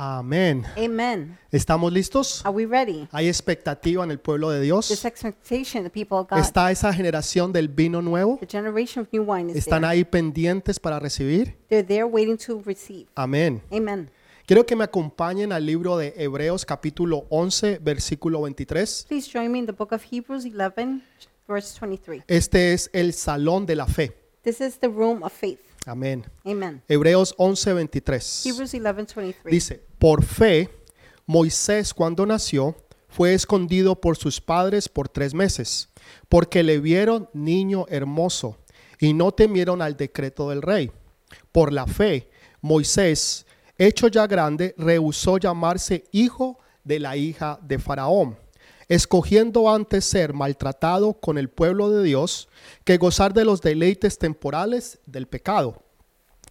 Amén. Amen. ¿Estamos listos? Are we ready? ¿Hay expectativa en el pueblo de This Dios? expectation, the people of God, ¿Está esa generación del vino nuevo? the generation of new wine is ¿Están there. ahí pendientes para recibir? They're there waiting to receive. Amén. Amen. Quiero que me acompañen al libro de Hebreos capítulo 11, versículo 23. Please join me in the book of Hebrews 11, verse 23. Este es el salón de la fe. This is the room of faith. Amén. Amen. Hebreos 11, 23. Hebrews 11, 23. Dice, por fe, Moisés cuando nació fue escondido por sus padres por tres meses, porque le vieron niño hermoso y no temieron al decreto del rey. Por la fe, Moisés, hecho ya grande, rehusó llamarse hijo de la hija de Faraón, escogiendo antes ser maltratado con el pueblo de Dios que gozar de los deleites temporales del pecado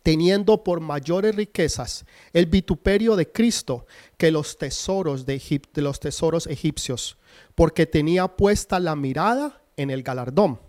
teniendo por mayores riquezas el vituperio de Cristo que los tesoros de, Egip- de los tesoros egipcios, porque tenía puesta la mirada en el galardón.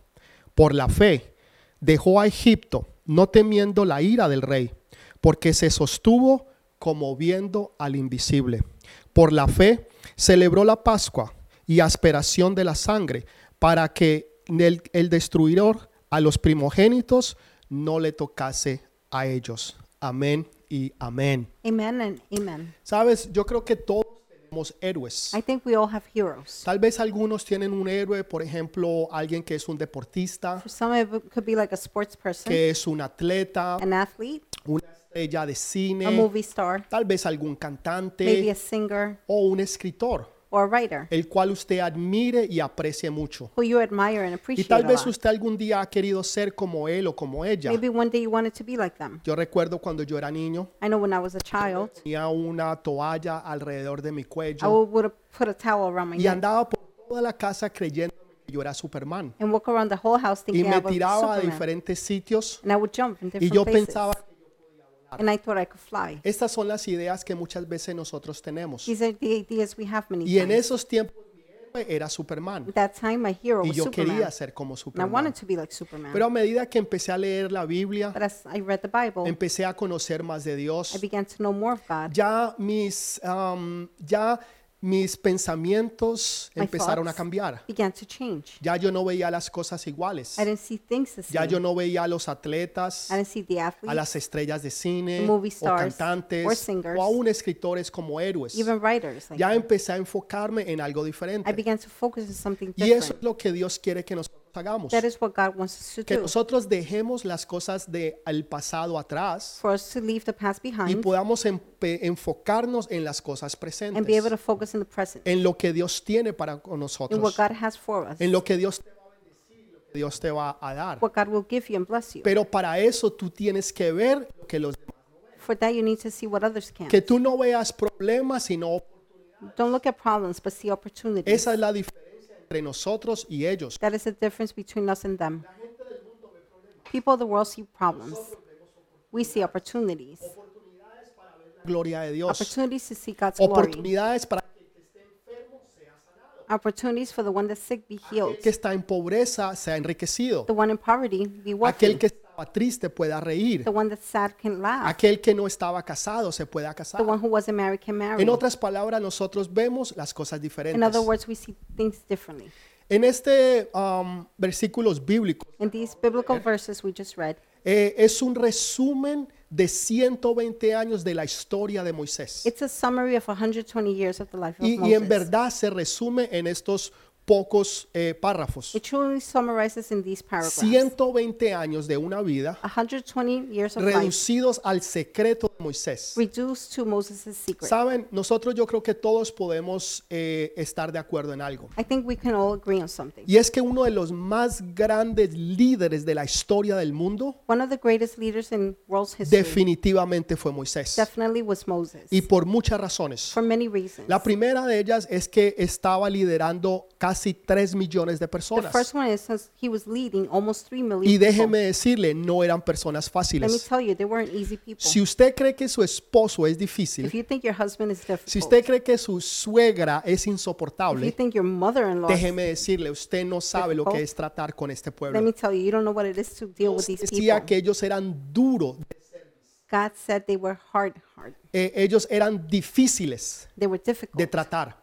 Por la fe dejó a Egipto, no temiendo la ira del rey, porque se sostuvo como viendo al invisible. Por la fe celebró la Pascua y aspiración de la sangre, para que el, el destruidor a los primogénitos no le tocase a ellos. Amén y amén. Amen and amen. Sabes, yo creo que todos tenemos héroes. I think we all have heroes. Tal vez algunos tienen un héroe, por ejemplo, alguien que es un deportista, For some, it could be like a sports person, que es un atleta, an athlete, una estrella de a cine, movie star, tal vez algún maybe a cantante singer o un escritor, or a writer el cual usted admire y aprecie mucho. who you admire and Y appreciate. tal A vez lot. usted algún día ha querido ser como él o como ella. Maybe one day you wanted to be like them. Yo recuerdo cuando yo era niño, I know when I was a child, tenía una toalla alrededor de mi I cuello would would have put a towel around my y neck andaba por toda la casa creyendo que yo era Superman. and walk around the whole house Y thinking I me was tiraba a Superman. diferentes sitios And I would jump in y different yo places. pensaba, And I thought I could fly. estas son las ideas que muchas veces nosotros tenemos. These are the ideas we have many Y en times. esos tiempos mi héroe era Superman At that time, my hero y was yo Superman. quería And ser como I wanted Superman. to be like Superman. Pero a medida que empecé a leer la Biblia, But as I read the Bible, empecé a conocer más de I Dios. began to know more of God. Ya mis, am, ya mis pensamientos My empezaron a thoughts cambiar. Began to change. Ya yo no veía las cosas iguales. I didn't see things the Ya same. yo no veía a los atletas, I didn't see the a athletes, las estrellas de cine, movie o stars, or cantantes, singers. o aún escritores como héroes. even writers. Like Ya that. empecé a enfocarme en algo I diferente. began to focus on something Y eso different. es lo que Dios quiere que nosotros hagamos. That is what God wants us to Que do. nosotros dejemos las cosas del pasado atrás For us to leave the past y behind podamos empe- enfocarnos en las cosas and be presentes, able to focus in the present. en lo que Dios tiene para con In what nosotros, God has for us. en lo que Dios te va a bendecir, lo que Dios te va a dar. What God will give you and bless you. Pero para eso tú tienes que ver lo que los For that, you need to see what others can. que tú no veas problemas sino Don't look at problems, but see opportunities. esa es la diferencia entre nosotros y ellos. That is the difference between us and them. People of the world see problems. We see opportunities. Gloria de Dios. Opportunities to see God's glory. Oportunidades para Opportunities for the one that's sick be healed. aquel que está en pobreza sea enriquecido. The one in poverty be Aquel wealthy. que estaba triste pueda reír. The one that's sad can laugh. Ah. Aquel que no estaba casado se pueda casar. The one who wasn't married can marry. En otras palabras, nosotros vemos las cosas In diferentes. other words, we see things differently. En este um, versículos bíblicos In these biblical verses we just read, eh, es un resumen de 120 años de la historia de Moisés. it's a summary of 120 years of the life of y, y en Moses. verdad se resume en estos pocos eh, párrafos. It truly summarizes in these paragraphs. 120 años de una vida 120 years of life reducidos al secreto de Moisés. reduced to Moses' secret. Saben, nosotros yo creo que todos podemos eh, estar de acuerdo en algo. I think we can all agree on something. Y es que uno de los más grandes líderes de la historia del mundo One of the greatest leaders in world's history definitivamente fue Moisés. definitely was Moses Y por muchas razones. for many reasons. La primera de ellas es que estaba liderando casi 3 millones de The personas. first one is since he was leading almost 3 million Y people. déjeme decirle, no eran personas Let me fáciles. tell you, they weren't easy people. Si usted cree que su esposo es If difícil, you think your husband is si difficult, usted cree que su suegra es if you insoportable, think your mother-in-law, is- déjeme decirle, usted no sabe lo que es tratar con este let me pueblo. tell you, you don't know what it is to deal with these Decía people. que ellos eran duros, God said they were hard hearted. Eh, ellos eran difíciles They were de difficult tratar.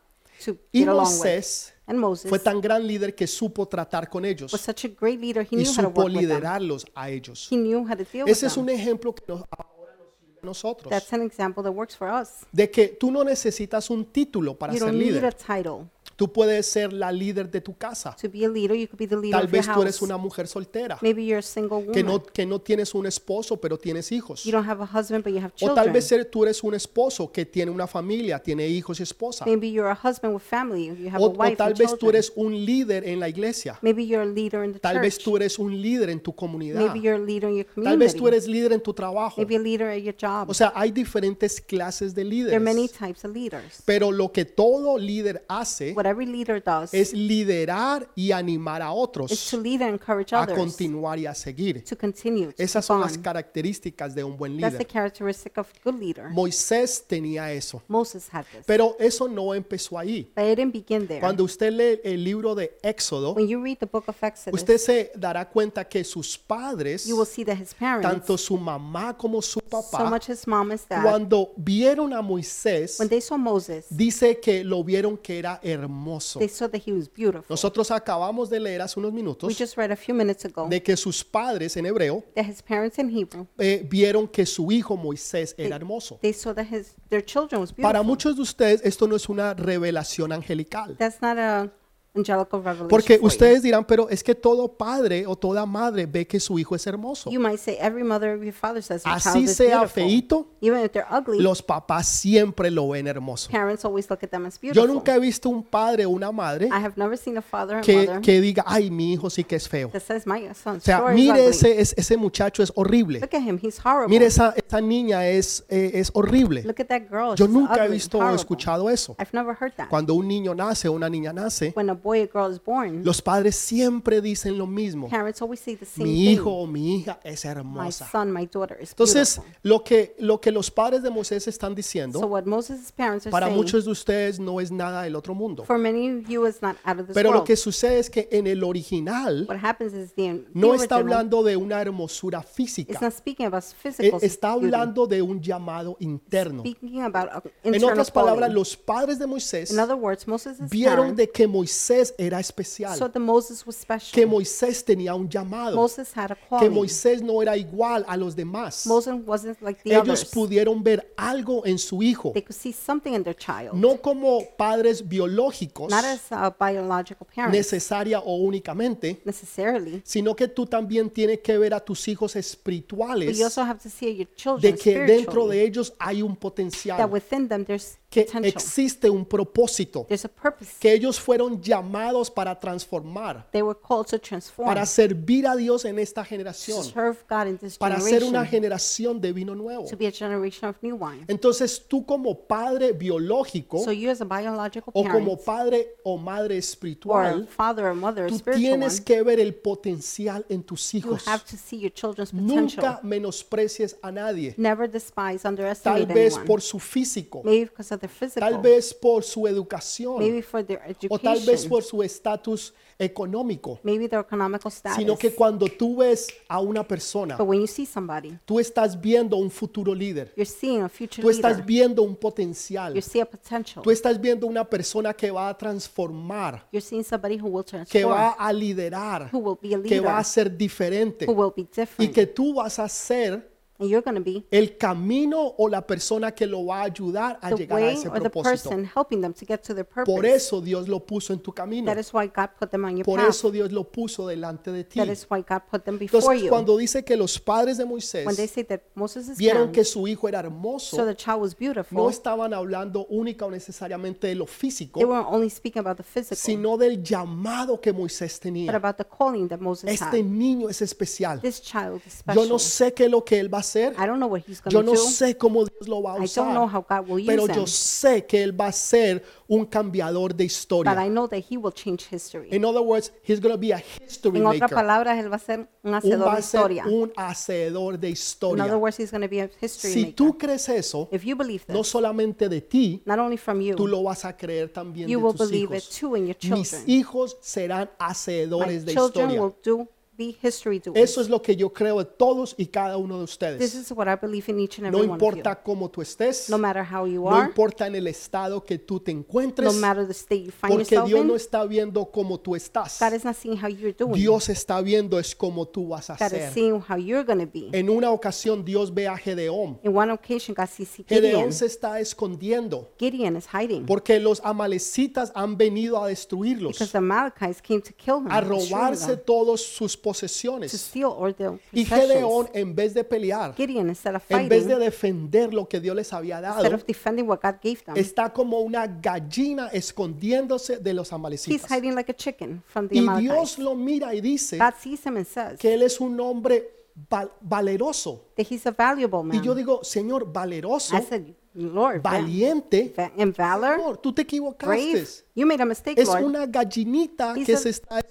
to Y get along with. Moisés And Moses fue tan gran líder que supo tratar con was ellos such a great leader. Pues, He y knew how to supo work with them. liderarlos a ellos. He knew how to deal with Ese es un them. ejemplo que nos, ahora nos sirve a nosotros. That's an example that works for us. De que tú no necesitas un título para You ser don't need a líder. title Tú puedes ser la líder de tu casa. to be a leader. You could be the leader Tal of your vez tú eres house. una mujer soltera Maybe you're a single que woman. no, que no tienes un esposo pero tienes hijos. You don't have a husband, but you have O tal children. vez eres- tú eres un esposo que tiene una familia, tiene hijos y esposa. Maybe you're a husband with family. You have O, a o wife tal and vez tú children. eres un líder en la iglesia. Maybe you're a leader in the Tal vez church. tú eres un líder en tu comunidad. Maybe you're a leader in your Tal vez tú community. eres líder en tu trabajo. Maybe a leader at your job. O sea, hay diferentes clases de There are many líderes. types of leaders. Pero lo que todo líder hace What every leader does es liderar y animar a is otros to lead and encourage a others continuar y a seguir. to continue, to Esas keep son las on. características de un buen That's the líder. characteristic of a good leader. Moisés tenía eso. Moses had this. Pero eso no empezó ahí. But it didn't begin there. Cuando usted lee el libro de Éxodo, When you read the book of Exodus, usted se dará cuenta que sus padres, you will see that his parents, tanto su mamá como su so papá, much his mom as dad, cuando vieron a Moisés, when they saw Moses, dice que lo vieron que era hermoso. they saw that he was beautiful. Nosotros acabamos de leer hace unos We minutos just read a few minutes ago de que sus padres en hebreo that his parents in Hebrew, eh, vieron que su hijo Moisés era hermoso. they saw that his their children was Para beautiful. muchos de ustedes esto no es una revelación angelical. That's not a angelical revelation. Porque for you. ustedes dirán, pero es que todo padre o toda madre ve que su hijo es hermoso. you might say every mother, every father says, "My child Así is sea beautiful." feíto, Even if they're ugly, los papás siempre lo ven hermoso. parents always look at them as beautiful. Yo nunca he visto un padre o una madre I have never seen a father or que, mother que diga, ay, mi hijo sí que es feo. that says, "My son, O sea, sure is mire ugly. ese, es- ese muchacho es horrible. Look at him, he's horrible. Mire esa, esa niña es, eh, es horrible. Look at that girl. Yo she's nunca he ugly, visto o horrible. escuchado eso. I've never heard that. Cuando un niño nace o una niña nace, When a boy or girl is born, los padres siempre dicen lo mismo. parents always say the same Mi hijo thing. o mi hija es My hermosa. son, my daughter is Entonces, beautiful. lo que, lo que los padres de Moisés están So diciendo, what Moses' parents are para saying, muchos de ustedes no es nada del otro mundo. for many of you, is not out of this Pero lo world. que sucede es que en el original what happens is the, the no está original- hablando de una hermosura It's física, not speaking about eh, physical está beauty. hablando de un llamado interno. Speaking about uh, En internal otras palabras, quality. los padres de Moisés In other words, Moses' vieron parents de que Moisés era saw especial, that Moses was special. que Moisés tenía un llamado, Moses had a que quality. Moisés no era igual a los demás. Moses wasn't like the Ellos others. pudieron ver algo en su hijo. They could see something in their child. no como padres biológicos not as uh, biological parents necesaria o únicamente, necessarily, sino que tú también tienes que ver a tus hijos but espirituales you also have to see your children de que dentro spiritually, de ellos hay un that potencial, within them there's que potential. existe un propósito, There's a purpose. que ellos fueron llamados para transformar, They were called to transform, para servir a Dios en esta to generación, serve God in this para ser una generation, generación de vino nuevo. to be a generation of new wine. Entonces tú como padre biológico So you as a biological o como parent padre o madre or a espiritual, father or mother, or Tú spiritual one, tienes que ver el potencial en tus you hijos. have to see your children's potential. Nunca menosprecies a nadie. Never despise, Tal underestimate vez anyone. por su físico, maybe because of their tal physical, vez por su educación maybe for their education, o tal vez por su estatus económico. maybe their economical status. Sino que cuando tú ves a una persona, But when you see somebody, tú estás viendo un futuro líder, you're seeing a future tú estás leader. viendo un potencial, You see a potential. tú estás viendo una persona que va a transformar, You're seeing somebody who will que va transform, a liderar, who will be a que va a leader, ser diferente who will be y different. que tú vas a ser And you're going to be el camino o la persona que lo va a ayudar a the llegar a way ese or the propósito. person helping them to get to their Por purpose. eso Dios lo puso en tu camino. That is why God put them on your Por path. eso Dios lo puso delante de ti. That is why God put them before Entonces, you. cuando dice que los padres de When they Moisés say that Moses is vieron que found, su hijo era so hermoso, the child was no beautiful, estaban hablando única o necesariamente de lo they físico, weren't only speaking about the physical, sino del llamado que Moisés but tenía. about the calling that Moses Este had. niño es especial. This child is Yo no special. sé qué es lo que él va a hacer. I don't know what he's Yo going no to do. sé cómo Dios lo va a I don't know usar. how God will use pero yo him, sé que él va a ser un cambiador de but I historia. know that he will change history. In other words, he's going to be a history En otras maker. palabras, él va a ser un Un, hacedor va de a ser historia. un hacedor de In historia. other words, he's going to be a history Si maker. tú crees eso, If you believe no this, solamente de ti, not only from tú you, lo vas a creer también de you will tus believe it hijos. too in your Mis children. hijos serán My hacedores de children historia. will do be history doers. Eso es lo que yo creo de todos y cada uno de This ustedes. is what I believe in each and No every one of you. importa cómo tú estés, No matter how you no are, importa en el estado que tú te no encuentres, matter the state you find porque yourself Dios in, no está viendo cómo tú estás. God is not seeing how you're doing. Dios está viendo es cómo tú vas a God is ser. seeing how you're going to be. En una ocasión Dios ve a Gedeón. In one occasion, God sees Gideon. Gedeón se está escondiendo Gideon is hiding porque los amalecitas han venido a destruirlos, because the Amalekites came to kill him, a to destroy robarse them, todas sus to posesiones. steal or their Y possessions. Gedeón en vez de pelear, Gideon, instead of en fighting, vez de defender lo que Dios les había instead dado, of defending what God gave them, está como una gallina escondiéndose de los he's amalecitas. hiding like a chicken from the Y Amalekites. Dios lo mira y dice God sees him and says que él es un hombre val- valeroso. that he's a valuable Y man. yo digo, Señor, valeroso, I said, Lord, va- valiente, va- in valor, Señor, tú te equivocaste. brave, you made a mistake, Es Lord. una gallinita He's que a- se está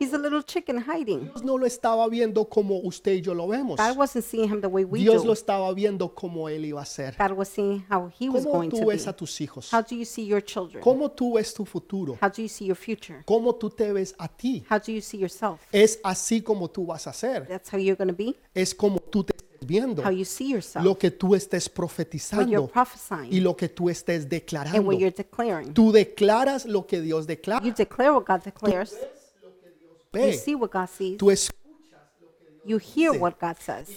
He's a little chicken hiding. Dios no lo estaba viendo como usted y yo lo vemos. God wasn't seeing him the way we Dios do. lo estaba viendo como él iba a ser. God was seeing how he was ¿Cómo going to tú ves be. a tus hijos? How do you see your children? ¿Cómo tú ves tu futuro? How do you see your future? ¿Cómo tú te ves a ti? How do you see yourself? Es así como tú vas a ser. That's how you're going to be. Es como tú te estás viendo. How you see yourself. Lo que tú estés What you're profetizando y prophesying lo que tú estés and declarando. what you're declaring. Tú declaras lo que Dios declara. You declare what God declares. You Ve, see what God sees. tú es- You hear what God says.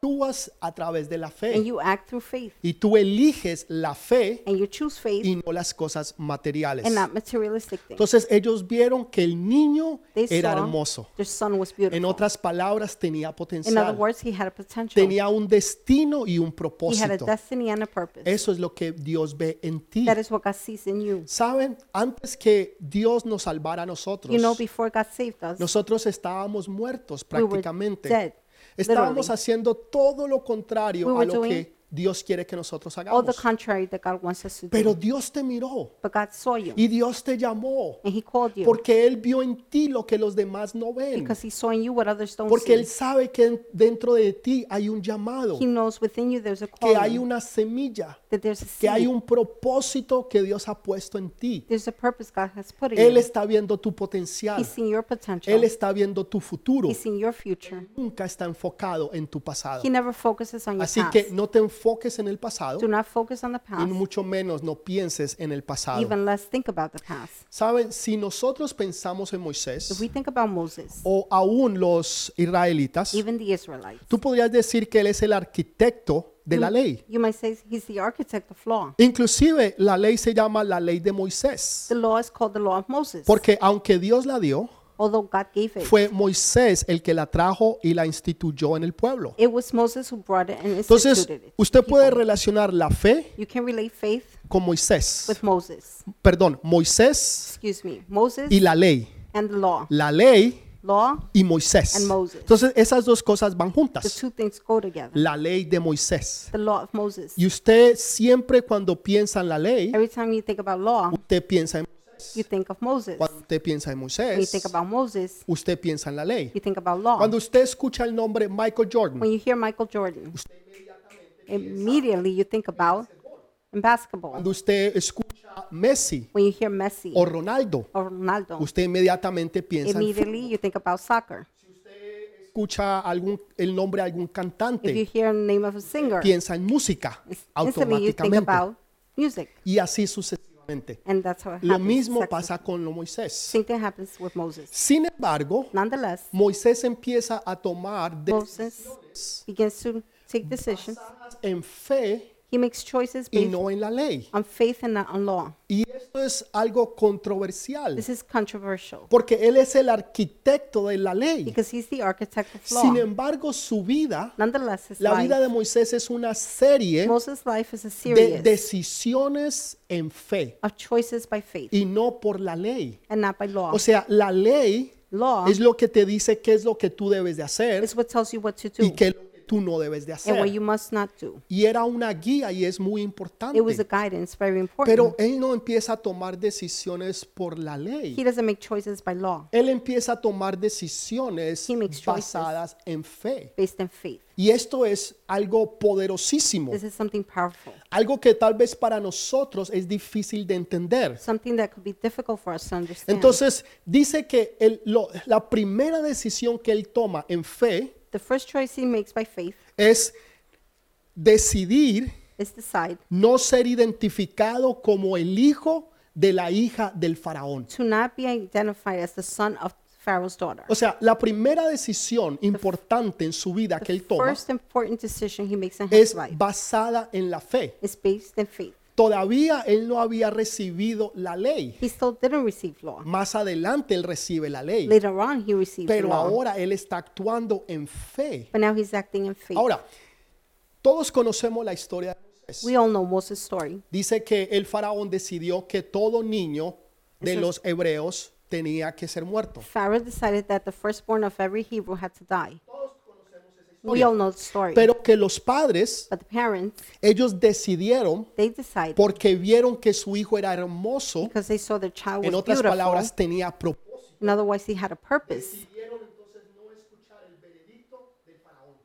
actúas a través de la And fe. you act through faith. Y tú eliges la fe And you choose faith y no las cosas materiales. and not materialistic things. Entonces ellos vieron que el niño They era saw hermoso. their son was En beautiful. otras palabras, tenía In other potencial. words, he had a potential. Tenía un destino y un He had a propósito. destiny and a purpose. Eso es lo que Dios ve en ti. That is what God sees in you. Saben, antes que Dios nos salvara a You know, nosotros, before God saved us, nosotros estábamos muertos we were dead. prácticamente. Estábamos literally. haciendo todo lo We contrario a were lo doing que Dios quiere que nosotros All the hagamos. contrary that God wants us to Pero do. Dios te miró But God saw you y Dios te llamó and He called you porque Él vio en ti lo que los demás no ven. because He saw in you what others don't Porque see. Él sabe que en- dentro de ti hay un llamado, He knows within you there's a que hay calling, una semilla, that there's a que hay seed, un propósito que Dios ha puesto en ti. there's a purpose God has put in Él you. está viendo tu potencial, He's seen your Él potential. está viendo tu futuro. He's seen your future. Nunca está enfocado en tu pasado. He never focuses on your Así past. que no te enfoques en el pasado Do not focus on the y past, mucho menos no pienses en el pasado. even less think about the past. Saben, si nosotros pensamos en If Moisés we think about Moses, o aún los israelitas, even the Israelites, tú podrías decir que Él es el arquitecto de la ley. you might say he's the architect of law. Inclusive la ley se llama la ley de Moisés, The law is called the law of Moses. porque aunque Dios la dio, Although God gave it, fue Moisés el que la trajo y la instituyó en el pueblo. it was Moses who brought it and Entonces, instituted it. usted puede People. relacionar la fe You can relate faith con Moisés, with Moses. perdón, Moisés Excuse me, Moses y la ley, and the law. la ley Law, y Moisés. And Moses. Entonces, esas dos cosas van the juntas, two things go together. la ley de Moisés. The law of Moses. Y usted siempre cuando piensa en la ley, Every time you think about law, usted piensa en you Moisés. think of Moses. Cuando usted piensa en When you Moisés, think about Mosses, usted piensa en la ley. you think about law. Cuando usted escucha el nombre Michael Jordan, When you hear Michael Jordan, immediately you think about in basketball. cuando usted escucha Messi When you hear Messi o Ronaldo, or Ronaldo, usted inmediatamente piensa en fútbol. immediately you think about soccer. escucha algún el nombre de algún If you cantante, hear the name of a singer, piensa en música instantly you think automáticamente about music. y así sucesivamente. And that's how it happens. Lo mismo exactly. pasa con lo Moisés. Same thing happens with Moses. Sin embargo, Nonetheless, Moisés empieza a tomar Moses decisiones begins to take decisions. basadas en fe He makes choices y based no en la ley. on faith and not on law. Y esto es algo controversial. This is controversial porque él es el arquitecto de la ley. because he's the architect of Sin law. embargo, su vida, Nonetheless, his la vida life, de Moisés es una serie Moses' life is a de series decisiones en fe of choices by faith y no por la ley. and not by law. O sea, la ley Law es lo que te dice qué es lo que tú debes de hacer is what tells you what to y do qué es lo que tú no debes de and what hacer. you must not do. Y era una guía y es muy It was a importante. guidance, Pero very important. él no empieza a tomar decisiones por la He ley. doesn't make choices by law, Él empieza a tomar decisiones He makes choices. basadas en fe. based on faith. Y esto es algo poderosísimo, This is something powerful, algo que tal vez para nosotros es difícil de entender. something that could be difficult for us to understand. Entonces dice que el- lo- la primera decisión que él toma en fe the first choice he makes by faith es decidir is decide no ser identificado como el hijo de la hija del faraón. to not be identified as the son of Pharaoh's daughter. O sea, la primera decisión importante en su vida que The él toma first important decision he makes in his es life basada en la fe. is based in faith. Todavía él no había recibido la ley. He still didn't receive law. Más adelante él recibe la ley. Later on, he received Pero law. ahora él está actuando en fe. but now he's acting in faith. Ahora, todos conocemos la historia de Moisés. we all know Moses' story. Dice que el faraón decidió que todo niño de Eso es- los hebreos tenía que ser muerto. Pharaoh decided that the firstborn of every Hebrew had to die. We historia. all know the story. Pero que los padres, but the parents, ellos decidieron they decided porque vieron que su hijo era hermoso, because they saw their child en was otras beautiful, palabras, tenía propósito. and otherwise he had a purpose,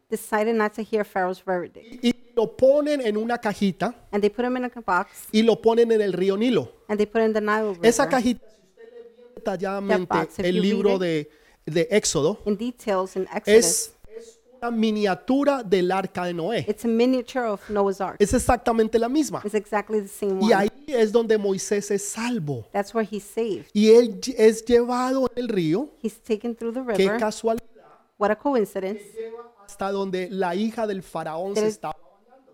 decided not to hear Pharaoh's verdict. Y lo ponen en una cajita And they put him in a box, y lo ponen en el río Nilo. and they put him in the Nile River. Esa cajita, si usted lee bien detalladamente That box, if el you read libro it. de, de Éxodo, in details in Exodus. es, es una miniatura del arca de Noé. It's a miniature of Noah's Ark. Es exactamente la misma. It's exactly the same Y one. ahí es donde Moisés es salvo. That's where he's saved. Y él ll- es llevado en el río, He's taken through the qué river. casualidad, What a coincidence. hasta donde la hija del faraón se Del- está.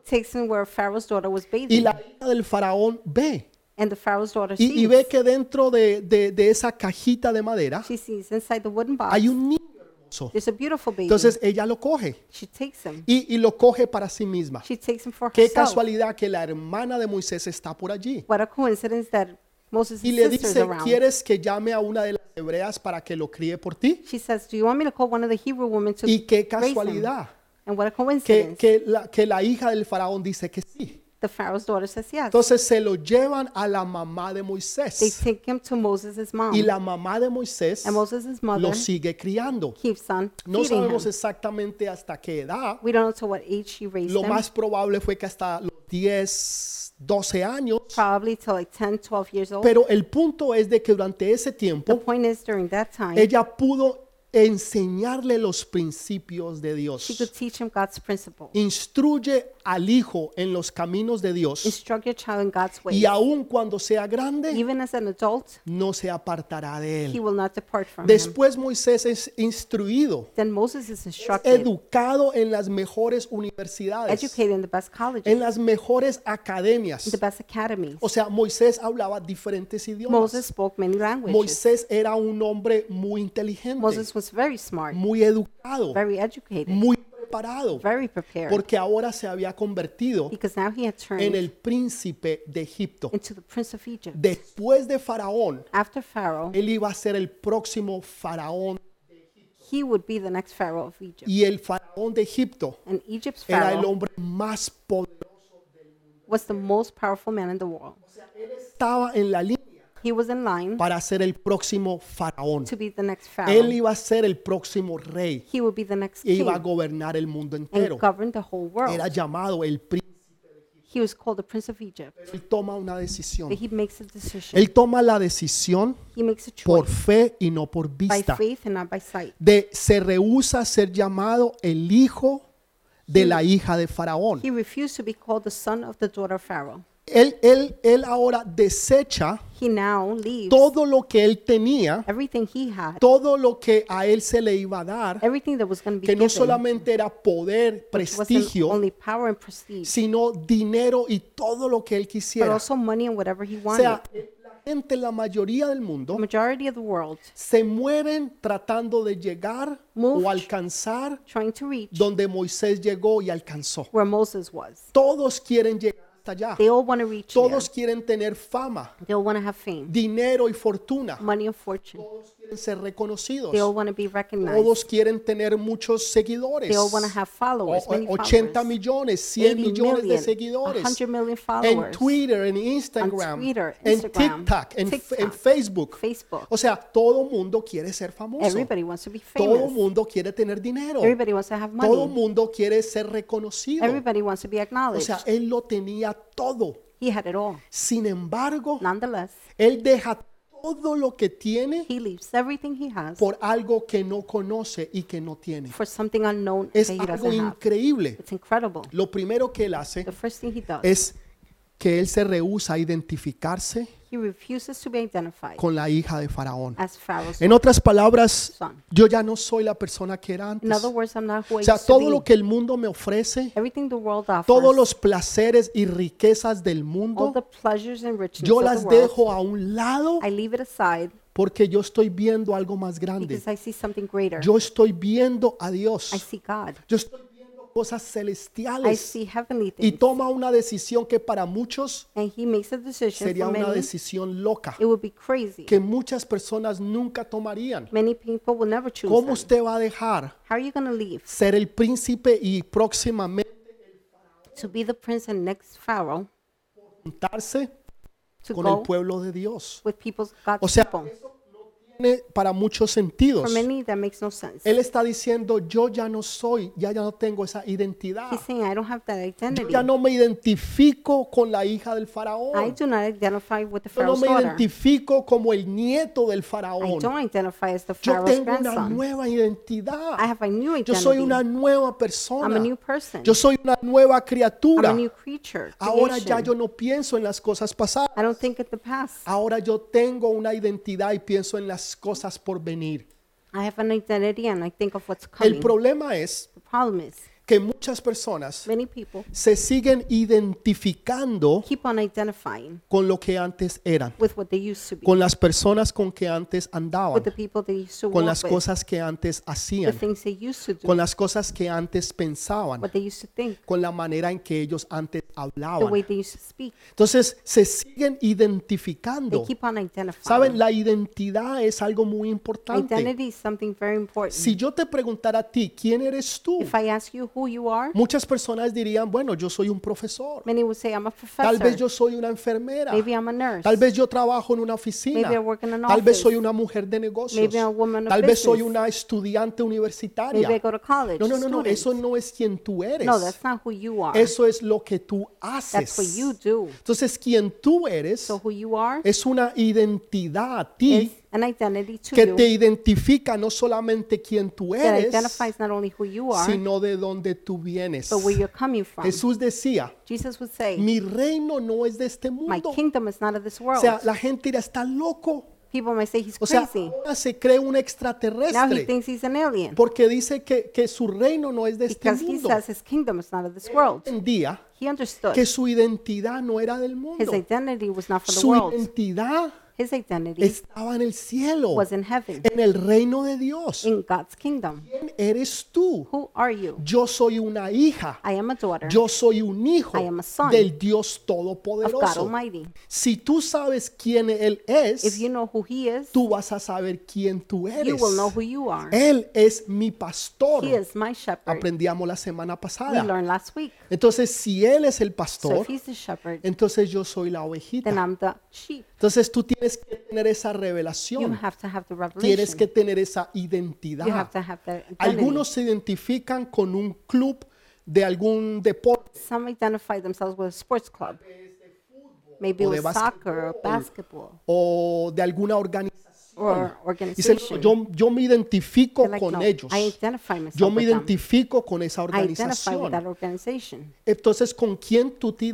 Takes him where Pharaoh's daughter was Y bathing. la hija del faraón ve. And the Pharaoh's daughter Y, y ve sees. que dentro de, de- de esa cajita de madera She sees inside the wooden box. hay un niño hermoso. There's a beautiful baby. Entonces ella lo coge She takes him. y, y lo coge para sí misma. She takes him for Qué herself. casualidad que la hermana de Moisés está por allí. What a coincidence that Moses' Y le sister's dice, around. ¿quieres que llame a una de las hebreas para que lo críe por ti? She says, "Do you want me to call one of the Hebrew women to Y qué raise him?" casualidad. And what a que, coincidence! que la, que la hija del faraón dice que sí. the Pharaoh's daughter says yes. Entonces se lo llevan a la mamá de They Moisés take him to Moses' mom, y la mamá de Moisés and Moses' mother lo sigue criando. keeps on No feeding him. sabemos exactamente hasta qué edad. We don't know to what age she raised Lo him. más probable fue que hasta los 10, 12 años. probably till like 10, 12 years old. Pero el punto es de que durante ese the tiempo point is, during that time, ella pudo enseñarle los principios de she Dios. could teach him God's principle. Instruye al hijo en los caminos de Dios Instruct your child in God's way. y aun cuando sea grande, Even as an adult, no se apartará de he él. will not depart from him. Después Moisés es instruido, Then Moses is instructed, educado en las mejores universidades, educated in the best colleges, en las mejores academias. the best academies. O sea, Moisés hablaba diferentes Moses idiomas. spoke many languages. Moisés era un hombre muy inteligente, Moses was very smart, muy educado, very educated, muy preparado, very prepared, porque ahora se había convertido because now he had en turned el príncipe de Egipto. into the prince of Egypt. Después de Faraón, After Pharaoh, él iba a ser el próximo faraón he would be the next Pharaoh of Egypt. y el faraón de Egipto And Egypt's era el Pharaoh hombre más poderoso. was the most powerful man in the world. Estaba en la línea He was in line para ser el próximo faraón. to be the next Él Pharaoh. iba a ser el próximo rey He would be the next e iba a king gobernar el mundo entero. and govern the whole Era world. llamado el príncipe. He was called the prince of Egypt. Él toma una But decisión. he makes a decision. Él toma la decisión He makes a por choice fe y no por by vista. faith and not by sight. De se rehúsa a ser llamado el hijo de la hija de Faraón. He refused to be called the son of the daughter of Pharaoh. Él, él, él ahora desecha He now leaves todo lo que él tenía, everything he had, todo lo que a él se le iba a dar everything that was going to be que no given. solamente era poder, which wasn't prestigio, only power and prestige, sino dinero y todo lo que él but quisiera. also money and whatever he O wanted. sea, la gente, la mayoría del mundo, the majority of the world se mueren tratando de llegar Moved. o alcanzar trying to reach donde Moisés llegó y alcanzó. where Moses was. Todos quieren llegar hasta allá. They all want to reach there. Todos quieren tener fama, They all want to have fame, dinero y fortuna. money and fortune. quieren ser reconocidos. They all want to be recognized. Todos quieren tener muchos seguidores. They all want to have followers, O- many o- followers. 80 millones, 100 80 millones de million, seguidores. 100 million En followers. Twitter, en Instagram, On Twitter, en Instagram, TikTok, en, f- en TikTok, Facebook. Facebook. O sea, todo mundo quiere ser famoso. Everybody wants to be Todo famous. mundo quiere tener dinero. Everybody wants to have Todo money. mundo quiere ser reconocido. Everybody wants to be O acknowledged. sea, él lo tenía todo. He had it all. Sin embargo, Nonetheless, él deja todo lo que tiene he leaves everything he has por algo que no conoce y que no tiene. for something unknown Es that he algo doesn't have. increíble. It's incredible. Lo primero que él hace The first thing he does, es que él se rehúsa a identificarse he refuses to be identified con la hija de Faraón. as Pharaoh's. En otras palabras, son. yo ya no soy la persona que era In antes. other words, I'm not who I O sea, used to todo lo be. que el mundo me ofrece, Everything the world offers, todos los placeres y riquezas del all mundo, the pleasures and riches yo of las the world, dejo a un lado I leave it aside porque yo estoy viendo algo más grande. because I see something greater. Yo estoy viendo a I Dios. see God. Yo estoy viendo cosas I celestiales. see heavenly Y things. toma una decisión que para muchos And he makes a decision sería for una many. decisión loca It would be crazy. que muchas personas nunca tomarían. Many people will never choose ¿Cómo them. usted va a dejar How are you going to leave? ser el príncipe y próximamente To be the prince and next pharaoh, juntarse to con el go pueblo de Dios? with people's God's O sea, people. Tiene para muchos sentidos. For many, that makes no sense. Él está diciendo, yo ya no soy, ya, ya no tengo esa identidad. He's saying, I don't have that Yo identity. ya no me identifico con la hija del I faraón. do not identify with the Yo no pharaoh's me daughter. identifico como el nieto del I faraón. don't identify as the Yo pharaoh's tengo una grandson. nueva I identidad. have a new Yo soy identity. una nueva I'm a persona. new person. Yo soy una nueva I'm a criatura. new creature. Ahora ya yo creation. no pienso en las cosas pasadas. I don't think at the past. Ahora yo tengo una identidad y pienso en las cosas por venir. I have an identity and I think of what's El coming. problema es The problem is, que muchas personas many people se siguen identificando keep on identifying con lo que antes eran, with what they used to be, con las personas con que antes with the andaban, people they used to con walk las with, cosas que antes the hacían, things they used to con do, las cosas que antes pensaban, what they used to think, con la manera en que ellos antes the way hablaban. they used to speak. Entonces se siguen They identificando. keep on identifying. Saben, la identidad es algo muy importante. Identity is something very important. Si yo te preguntara a ti, ¿quién eres tú? if I ask you who you are, Muchas personas dirían, bueno, yo soy un profesor. many would say, I'm a Tal vez professor. yo soy una enfermera. Maybe I'm a nurse. Tal vez yo trabajo en una oficina. Maybe I work in an Tal vez office. soy una mujer de negocios. Maybe I'm a woman of Tal vez soy business. una estudiante Maybe I universitaria. go to college. No, no, no, no, student. eso no es quien tú eres. No, that's not who you are. Eso es lo que tú That's what haces. you do. Entonces, quien tú eres So who you are es una identidad a ti is an identity to que you te identifica no solamente quien tú that eres, identifies not only who you are, sino de dónde tú vienes. but where you're coming from. Jesús decía, Jesus would say, mi reino no es de este My mundo. kingdom is not of this O world. sea, la gente dirá, está loco. People might say he's O sea, crazy. ahora se cree un Now he extraterrestre thinks he's an alien porque dice que, que su reino no es de este because he mundo. says his kingdom is not of this world. Entendía He understood que su identidad no era del mundo. his identity was not for the Su world, identidad his identity estaba en el cielo, was in heaven, en el reino de Dios. in God's kingdom. ¿Quién eres tú? Who are you? Yo soy una hija. I am a daughter Yo soy un hijo I am a son del Dios of God Todopoderoso. Almighty. Si tú sabes quién Él If es, you know who he is, tú vas a saber quién tú you eres. will know who you are. Él es mi pastor. He is my shepherd. Aprendíamos la semana We pasada. learned last week. Entonces, si Él es el So pastor, if he's the shepherd, entonces yo soy la then ovejita. I'm the sheep. Entonces tú tienes que tener esa You revelación. have to have the Tienes que revelation. tener esa You have identidad. to have that identity. Algunos se identifican con un club de algún deporte Some identify themselves with a sports club. Maybe o de with soccer or basquetbol. basketball o de alguna organización. or Dicen, "No, organization. yo, yo me identifico They're like, con "No, ellos. I identify Yo myself me with them. identifico con esa I identify with that organización. organization. Entonces, ¿con quién tú te So who are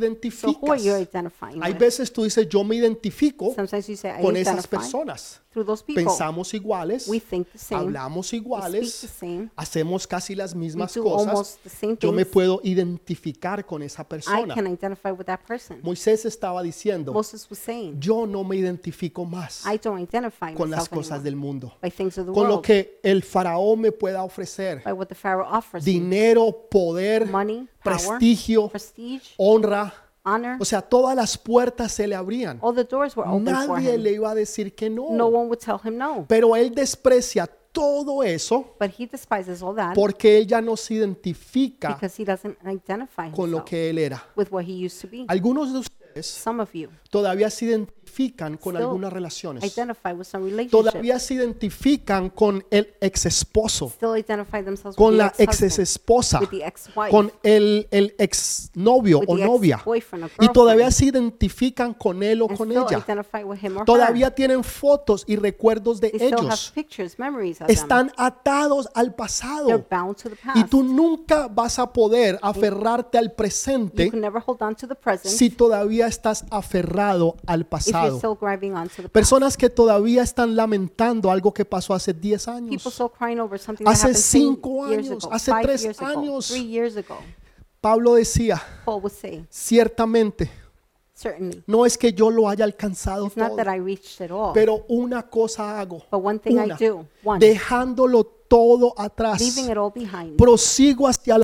you identificas? identifying Hay with? veces tú dices, yo me identifico Sometimes you say, I con esas identify personas. through those people. Pensamos iguales, We think the same. hablamos We speak the iguales, same. hacemos casi las We mismas do cosas. almost the same Yo me things. puedo identificar con esa I persona. can identify with that person. Moisés estaba diciendo, Moses was saying, yo no me identifico más I don't identify con las myself cosas anymore del mundo, by things of the con lo world, que el faraón me pueda ofrecer. by what the Pharaoh offers me. Dinero, poder, Money, power, prestigio, prestige, honra, honor. O sea, todas las puertas se le abrían. All the doors were Oh, open for Nadie him. le iba a decir que No no. one would tell him no. Pero él desprecia todo eso But he despises all that porque él ya no se identifica because he doesn't identify con lo himself que él era. with what he used to be. Algunos de ustedes Some of you todavía se identifican con Still algunas relaciones. identify with some relationship. Todavía se identifican con el ex esposo, Still identify themselves con with la the ex ex-husband, esposa, with the ex-wife, con el, el ex novio with o the novia. ex-boyfriend or Y todavía girlfriend. se identifican con él o and con still ella. identify with him or her. Todavía tienen fotos y recuerdos de They still have ellos. pictures, memories of them. Están atados al They're pasado. bound to the past. Y tú nunca vas a poder aferrarte al you presente can never hold on to the present si todavía estás aferrado al if you're pasado. still grabbing on to the past. Personas que todavía están lamentando algo que pasó hace 10 People años. still crying over something Hace that happened cinco 10 years años, ago, hace five tres years ago, años. three years ago. Pablo decía, Paul would say, ciertamente, certainly, no es que yo lo haya alcanzado it's not todo, that I reached it all, pero una cosa hago, but one thing una, I do, one, dejándolo todo atrás, leaving it all behind, prosigo hacia el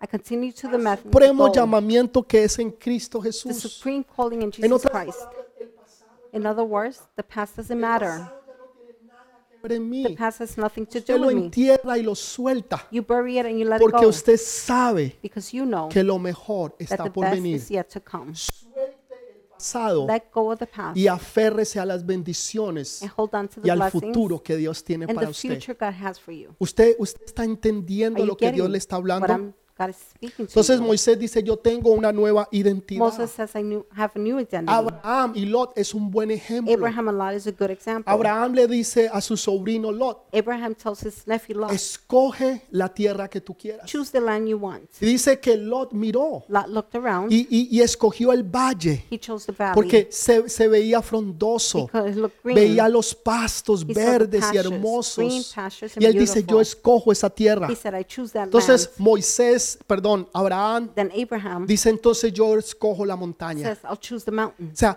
I continue to the method, the, supremo goal, llamamiento que es en Cristo the Jesús. supreme calling in En Jesus otras Christ. palabras, In other words, the past doesn't matter. en The mí, past has nothing to usted do lo with me. entierra y lo suelta, You bury it and you let it porque go usted sabe because you know que lo mejor that the está por best venir. is yet to come. Pasado Let go of the past y aférrese a las bendiciones and hold on to y the al blessings futuro que Dios tiene and para the usted. future God has for you. Usted, usted está Are entendiendo you lo que getting Dios le está what hablando. I'm, God is speaking to Entonces you? Moisés dice, yo tengo una nueva Moses identidad. says, I knew, have a new identity. Abraham y Lot es un buen ejemplo. Abraham and Lot is a good example. Abraham le dice a su sobrino Lot, Abraham tells his nephew Lot, escoge la tierra que tú quieras. choose the land you want. Y dice que Lot miró Lot looked around. y, y- y escogió el valle he chose the valley porque se, se veía frondoso, because it looked green. veía los pastos He saw the verdes y pastures, green hermosos. pastures and Y él dice, beautiful. yo escojo esa tierra. he said, I choose that Entonces land. Moisés, perdón, Abraham Then Abraham dice, entonces yo escojo la montaña. says, I'll choose the mountain. O sea,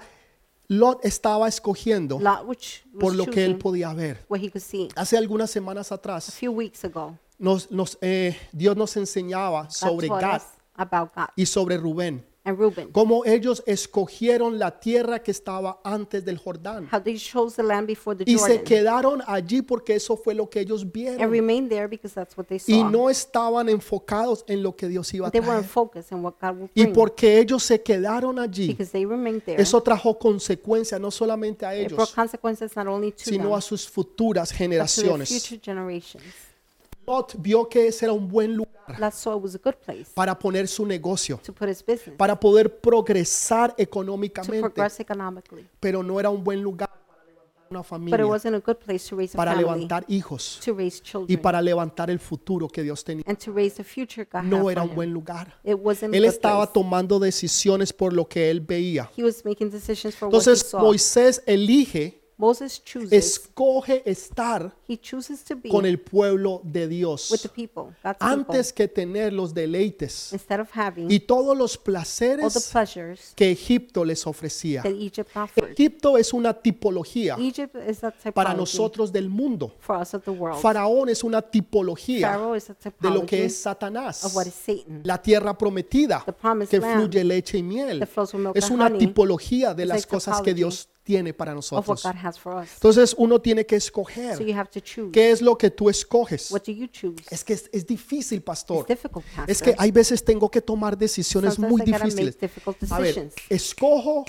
Lot estaba escogiendo Lot which por was lo que él choosing podía ver. what he could see. Hace algunas semanas A atrás, few weeks ago, nos, nos, eh, Dios nos enseñaba God sobre taught Gad us about God y sobre Rubén, and Reuben. cómo ellos escogieron la tierra que estaba antes del Jordán How they chose the land before the y se Jordan quedaron allí porque eso fue lo que ellos and vieron remained there because that's what they y saw. no estaban enfocados en lo que Dios iba a They were in traer. focus on what God would Y bring porque ellos se quedaron allí, because they remained there. eso trajo consecuencias no solamente a it brought ellos, consequences not only to them, sino a sus futuras but to their generaciones. future generations. Lot vio que ese era un buen lugar Lot saw it was a good place para poner su negocio, to put his business, para poder progresar to económicamente, progress economically. pero no era un buen lugar para levantar una But it familia, wasn't a good place to raise a para family, levantar hijos to raise y children, para levantar el futuro que Dios tenía. and to raise the future God No had era for un him. buen lugar. It wasn't a Él good estaba place. tomando decisiones por lo que él veía. He was making decisions for what he Entonces saw. Moisés elige, Moses chooses. escoge estar He chooses to be con el pueblo de with the Dios people, God's antes people, que tener los deleites instead of having y todos los all the placeres pleasures que Egipto les ofrecía. that Egypt offered. Egipto es una tipología Egypt is that typology para nosotros del mundo. for us of the world. Faraón es una tipología Pharaoh is a de lo que es typology of Satanás. what is Satan. La tierra prometida The promised que land fluye leche y miel that flows with milk es and una honey tipología de is las a cosas que typology Dios tiene para of what nosotros. God has for us. Entonces uno tiene que So escoger you have to choose. qué es lo que tú escoges. What do you choose? Es que es, es difícil, It's pastor. difficult, Es que Pastor. hay veces tengo que tomar decisiones Sometimes muy I gotta difíciles. make difficult A ver, decisions. escojo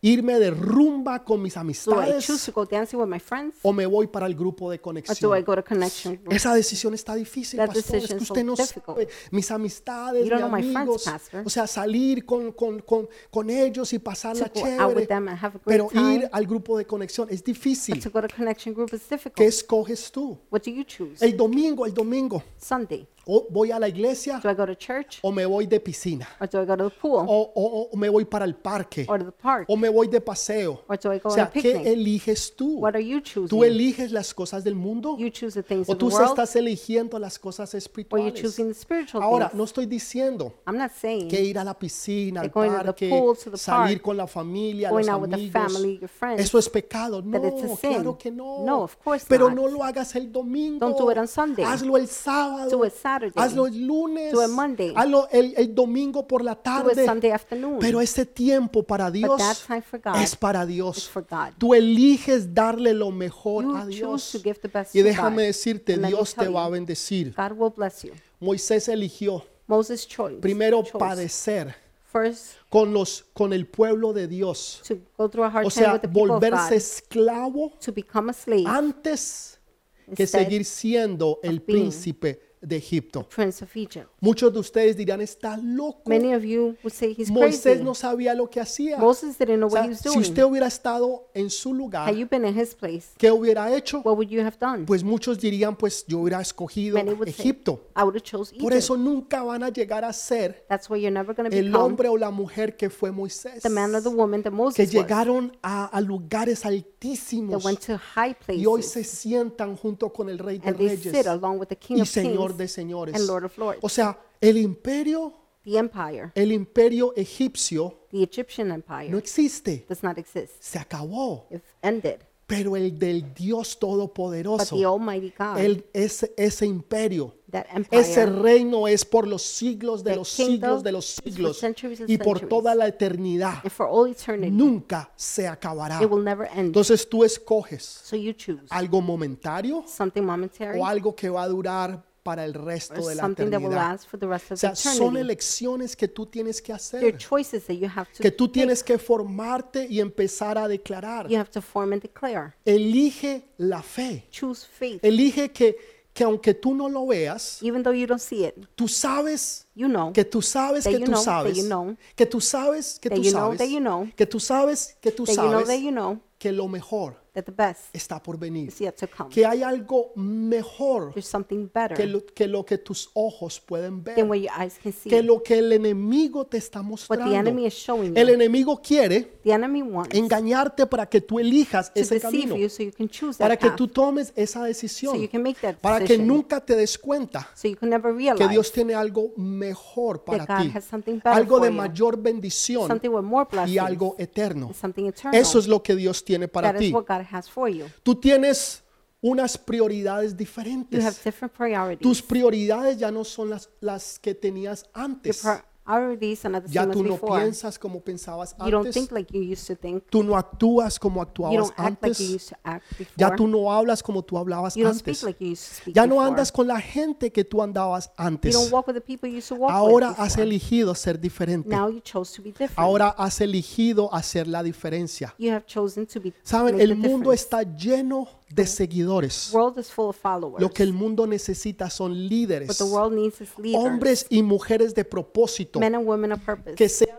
irme de rumba con mis Do I choose amistades to go dancing with my friends? o me voy para el grupo de Or do I conexión. go to connection group? Esa decisión está difícil, That pastor. Es que decision is so usted no difficult. sabe. Mis amistades, mis You don't know my friends, amigos. pastor. O sea, salir con, con, con, con ellos y To pasarla go out chévere. with them and have a great Pero time? ir al grupo de conexión es But difícil. to go to connection group is ¿Qué difficult. escoges tú? What do you choose? El domingo, el domingo. Sunday. O voy a la iglesia Do I go to church o me voy de piscina. or do I go to the pool O, o- o me voy para el parque. or to the park O me voy de paseo. or do I go O on a sea, ¿qué picnic? eliges tú? What are you ¿Tú choosing? eliges las cosas del mundo? You choose the things ¿O of the tú se world estás eligiendo las cosas or you're espirituales? choosing the spiritual Ahora, things. no estoy diciendo I'm not que saying ir a la piscina, al Like going to the parque, pool, to the salir park, con la familia, los going out with the amigos, family, your friends. eso es pecado. No, that it's a sin. claro que no. No, of course Pero not. no lo hagas el domingo. Don't do it on Sunday. Hazlo el sábado. Do it Saturday, hazlo el lunes, Do it Monday. hazlo el, el domingo por la do it tarde. Sunday afternoon. Pero ese tiempo para Dios that time for God es para It's Dios. for God. Tú eliges darle lo mejor a You choose to Dios. give the best Y to déjame God. decirte, And let me Dios te tell va a you, bendecir. God will bless you. Moisés eligió Moses chose. primero chose padecer First, con los con el pueblo de Dios, to go through a hard o time sea, with the people of volverse God. esclavo To become a slave, antes que Instead seguir siendo el of being príncipe de Egipto. prince of Egypt. Muchos de ustedes dirán, está loco. Many of you would say he's Moisés crazy. no sabía lo que hacía. O Moses didn't know what sea, he was si doing. usted hubiera estado en su lugar, Had you been in his place, ¿qué hubiera hecho? what would you have done? Pues muchos dirían, pues yo hubiera escogido Many would Egipto. say, I would have chose Egypt. Por eso nunca van a llegar a ser That's why you're never going to el become hombre o la mujer que fue Moisés. the man or the woman that Que Moses was, llegaron a, a lugares that altísimos went to high y hoy se places, sientan junto con el rey de and they sit reyes along with the King y of señor de Kings and señores. Lord of Lords. O sea, el imperio, The empire, el imperio egipcio the Egyptian no empire, existe, does not exist. se acabó. It ended. Pero el del Dios But the todopoderoso, Almighty God, el- ese, ese imperio, that ese empire, reino es por los siglos de The los kingdom siglos de los is for siglos centuries and y por centuries. toda la eternidad. and for all eternity, Nunca se acabará. it will never end. Entonces tú escoges So you choose algo momentario something momentary o algo que va a durar para el resto or de la something that will eternidad. last for the rest O of sea, son eternity. elecciones que tú tienes que There hacer, are choices that you have to que tú make. tienes que formarte y empezar a declarar. You have to form and declare. Elige la fe. Choose faith. Elige que, que aunque tú no lo veas, Even though you don't see it, tú sabes you know que tú sabes That que you tú know, that sabes you know. que tú sabes que That tú you know, that sabes you know. que tú sabes que tú that you know that sabes you know que lo mejor that the best está por venir, is yet to come. que hay algo mejor There's something que better lo que, lo que tus ojos pueden ver, than what your eyes can see. que lo que el enemigo te está What the enemy mostrando. is showing El you. enemigo quiere The enemy wants to engañarte para que tú elijas ese deceive camino, you so you can choose para that que path. tú tomes esa So decisión, ah. you can make that para que decision. nunca te des cuenta So you can never que realize Dios tiene algo mejor para God ti, has something better algo de for you, mayor bendición something with more y blessings algo eterno. and something eternal. Eso es lo que Dios tiene para That is ti. what God has for you. Tú tienes unas prioridades You have diferentes. different Tus priorities. prioridades ya no son las, las que tenías Your antes. priorities are not the Ya same as tú no before. piensas como pensabas You don't antes. think like you used to think. Tú no actúas como You actuabas don't act like you antes. used to act Ya tú before. no hablas como tú hablabas You don't speak antes. like you used to speak Ya no before. andas con la gente que tú andabas You don't antes. walk with the people you used to walk Ahora with. has before. elegido ser diferente. Now you chose to be different. Ahora has elegido hacer la diferencia. you have chosen to be Saben, make el the mundo difference. está lleno de seguidores. The world is full of followers. Lo que el mundo necesita son but líderes, the world needs is leaders, hombres y mujeres de propósito, men and women of purpose que sean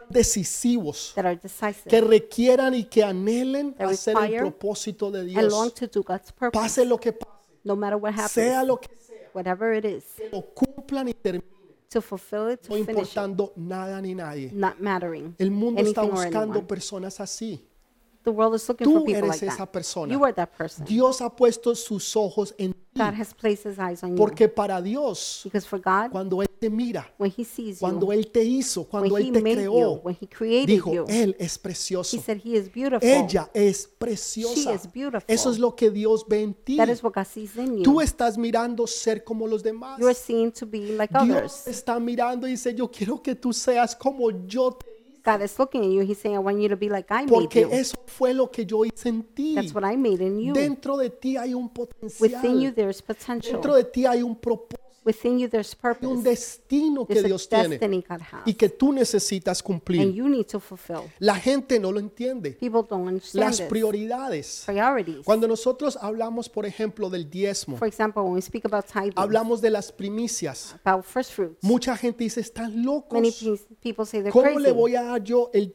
decisivos, that are decisive que requieran y que anhelen That hacer el require propósito de and long Dios. to do God's purpose, Pase lo que pase, no matter what happens, sea lo que sea, whatever it is, que lo cumplan y terminen, to fulfill it, to no finish it, importando nada ni nadie. not mattering. El mundo está anything or buscando anyone. personas así. The world is looking Tú for people eres like esa that. persona. You are that person. Dios ha puesto sus ojos en ti, God has placed His eyes on you. porque para Dios, Because for God, cuando Él te mira, when He sees cuando you, Él te hizo, when cuando He Él te made you, creó, when He created dijo, you, Él es He precioso. said He is beautiful. Ella es preciosa. She is beautiful. Eso es lo que Dios ve en ti. That is what God sees in you. Tú estás mirando ser como los demás. you are seen to be like Dios others. está mirando y dice, yo quiero que tú seas como yo te hice, God is looking at you. He's saying, I want you to be like I made porque you. eso fue lo que yo hice en ti. That's what I made in you. Dentro de ti hay un Within you, potencial. there's Dentro potential. de ti hay un propósito, Within you, there's un purpose. destino que There's a Dios tiene destiny God y has. que tú necesitas And cumplir. you need to fulfill. La gente no lo entiende. People don't understand Las this. prioridades. Priorities. Cuando nosotros hablamos, por ejemplo, del diezmo, For example, when we speak about tithing, hablamos de las primicias. about first fruits, Mucha gente dice, están many locos. pe- people say they're ¿Cómo le crazy. voy a dar yo el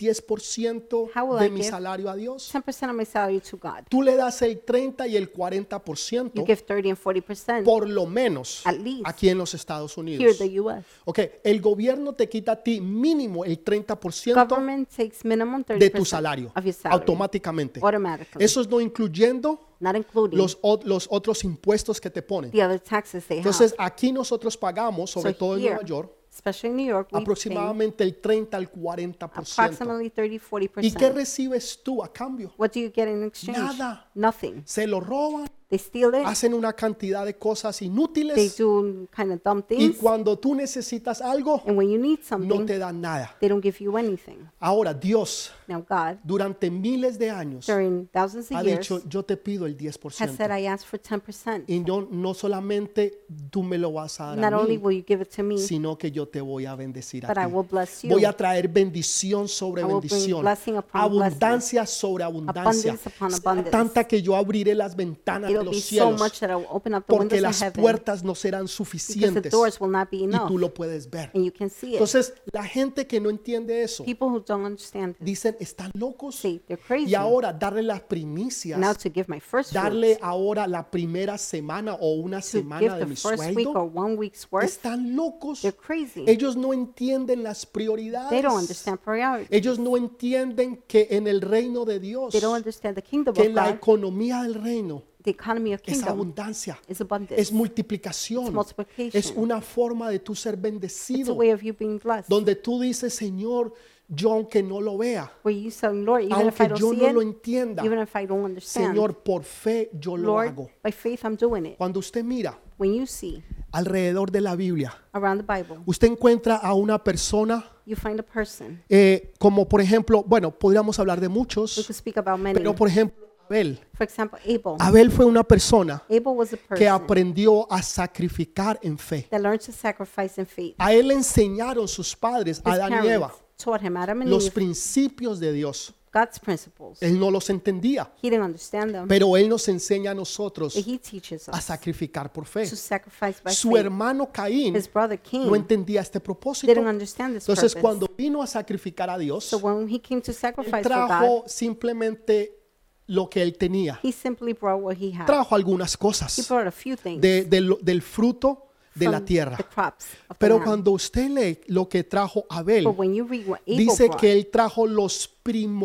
10% How will de I mi give? salario a Dios? 10% of my salary to God. Tú le das el 30 y el You 40% give 30 and 40% por lo menos At least. aquí en los Estados here in Unidos. the U.S. Ok, el gobierno te quita a ti mínimo el 30% Government takes minimum 30% de tu salario of your salary automáticamente. automatically, Eso es no incluyendo not including los, o- los otros impuestos que te ponen. the other taxes they have. Entonces aquí nosotros pagamos, sobre So todo en here, Nueva York, especially in New York, we pay aproximadamente el 30 al 40%. approximately 30 40 ¿Y qué percent. recibes tú a cambio? What do you get in exchange? Nada. Nothing. Se lo roban They steal it. hacen una cantidad de cosas They inútiles do kind of dumb y things. cuando tú necesitas algo And when you no need te something, dan nada. they don't give you anything. Ahora Dios Now, God, durante miles de años during thousands ha of years, dicho yo te pido el has said, 10% I asked for 10%. y no, no solamente tú me lo vas a Not dar a only mí, will you give it to me, sino que yo te voy a bendecir but I a will ti. bless Voy you. a traer bendición sobre I will bring bendición, blessing upon abundancia sobre abundancia, Abundance upon abundance. tanta que yo abriré las ventanas de It'll be los so cielos, much that I will open up the porque windows las of heaven puertas no serán because the suficientes doors will not be y enough. tú lo puedes ver. And you can see it. Entonces, la gente que no entiende eso, People who don't understand this, dicen, están locos. say they're crazy. Y ahora darle las Now primicias, to give my first darle fruits, ahora la primera semana o una to give semana de the mi first week or sueldo, one week's worth, están locos. they're crazy. Ellos no entienden las They don't prioridades. understand priority. Ellos no entienden que en el reino de Dios, They don't understand the kingdom que of la God, economía del reino the economy of es kingdom abundancia, is abundant. es It's multiplicación, multiplication. es una forma de tú ser a bendecido, way of you being blessed. donde tú dices, Señor, yo aunque no lo vea, Where you say, Lord, even if I aunque don't yo see no lo it, entienda, even if I don't understand, Señor, por fe yo lo Lord, hago. by faith I'm doing it. Cuando usted mira When you see alrededor de la Biblia, around the Bible, usted encuentra a una persona you find a person. eh, como por ejemplo, bueno, podríamos hablar de We muchos, could speak about many. pero por ejemplo, Abel. For example, Abel. Abel fue una persona Abel was a que person aprendió a sacrificar en fe. that learned to sacrifice in faith. A él le enseñaron sus padres, His Ah, Adán y Eva, parents taught him Adam and los Eve principios de Dios. God's principles. Él no los entendía, He didn't understand them. pero él nos enseña a nosotros but He teaches a us sacrificar por fe. to sacrifice by Su faith. hermano Caín His brother Cain no entendía este propósito. didn't understand this Entonces purpose. cuando vino a sacrificar a Dios, so when he came to sacrifice for God, trajo simplemente lo que él tenía. he simply brought what he had. Trajo algunas He cosas brought a few things de- de lo- del fruto de from la tierra. the crops of the Pero land. cuando usted lee lo que trajo Abel, But when you read what Abel dice brought, que él trajo los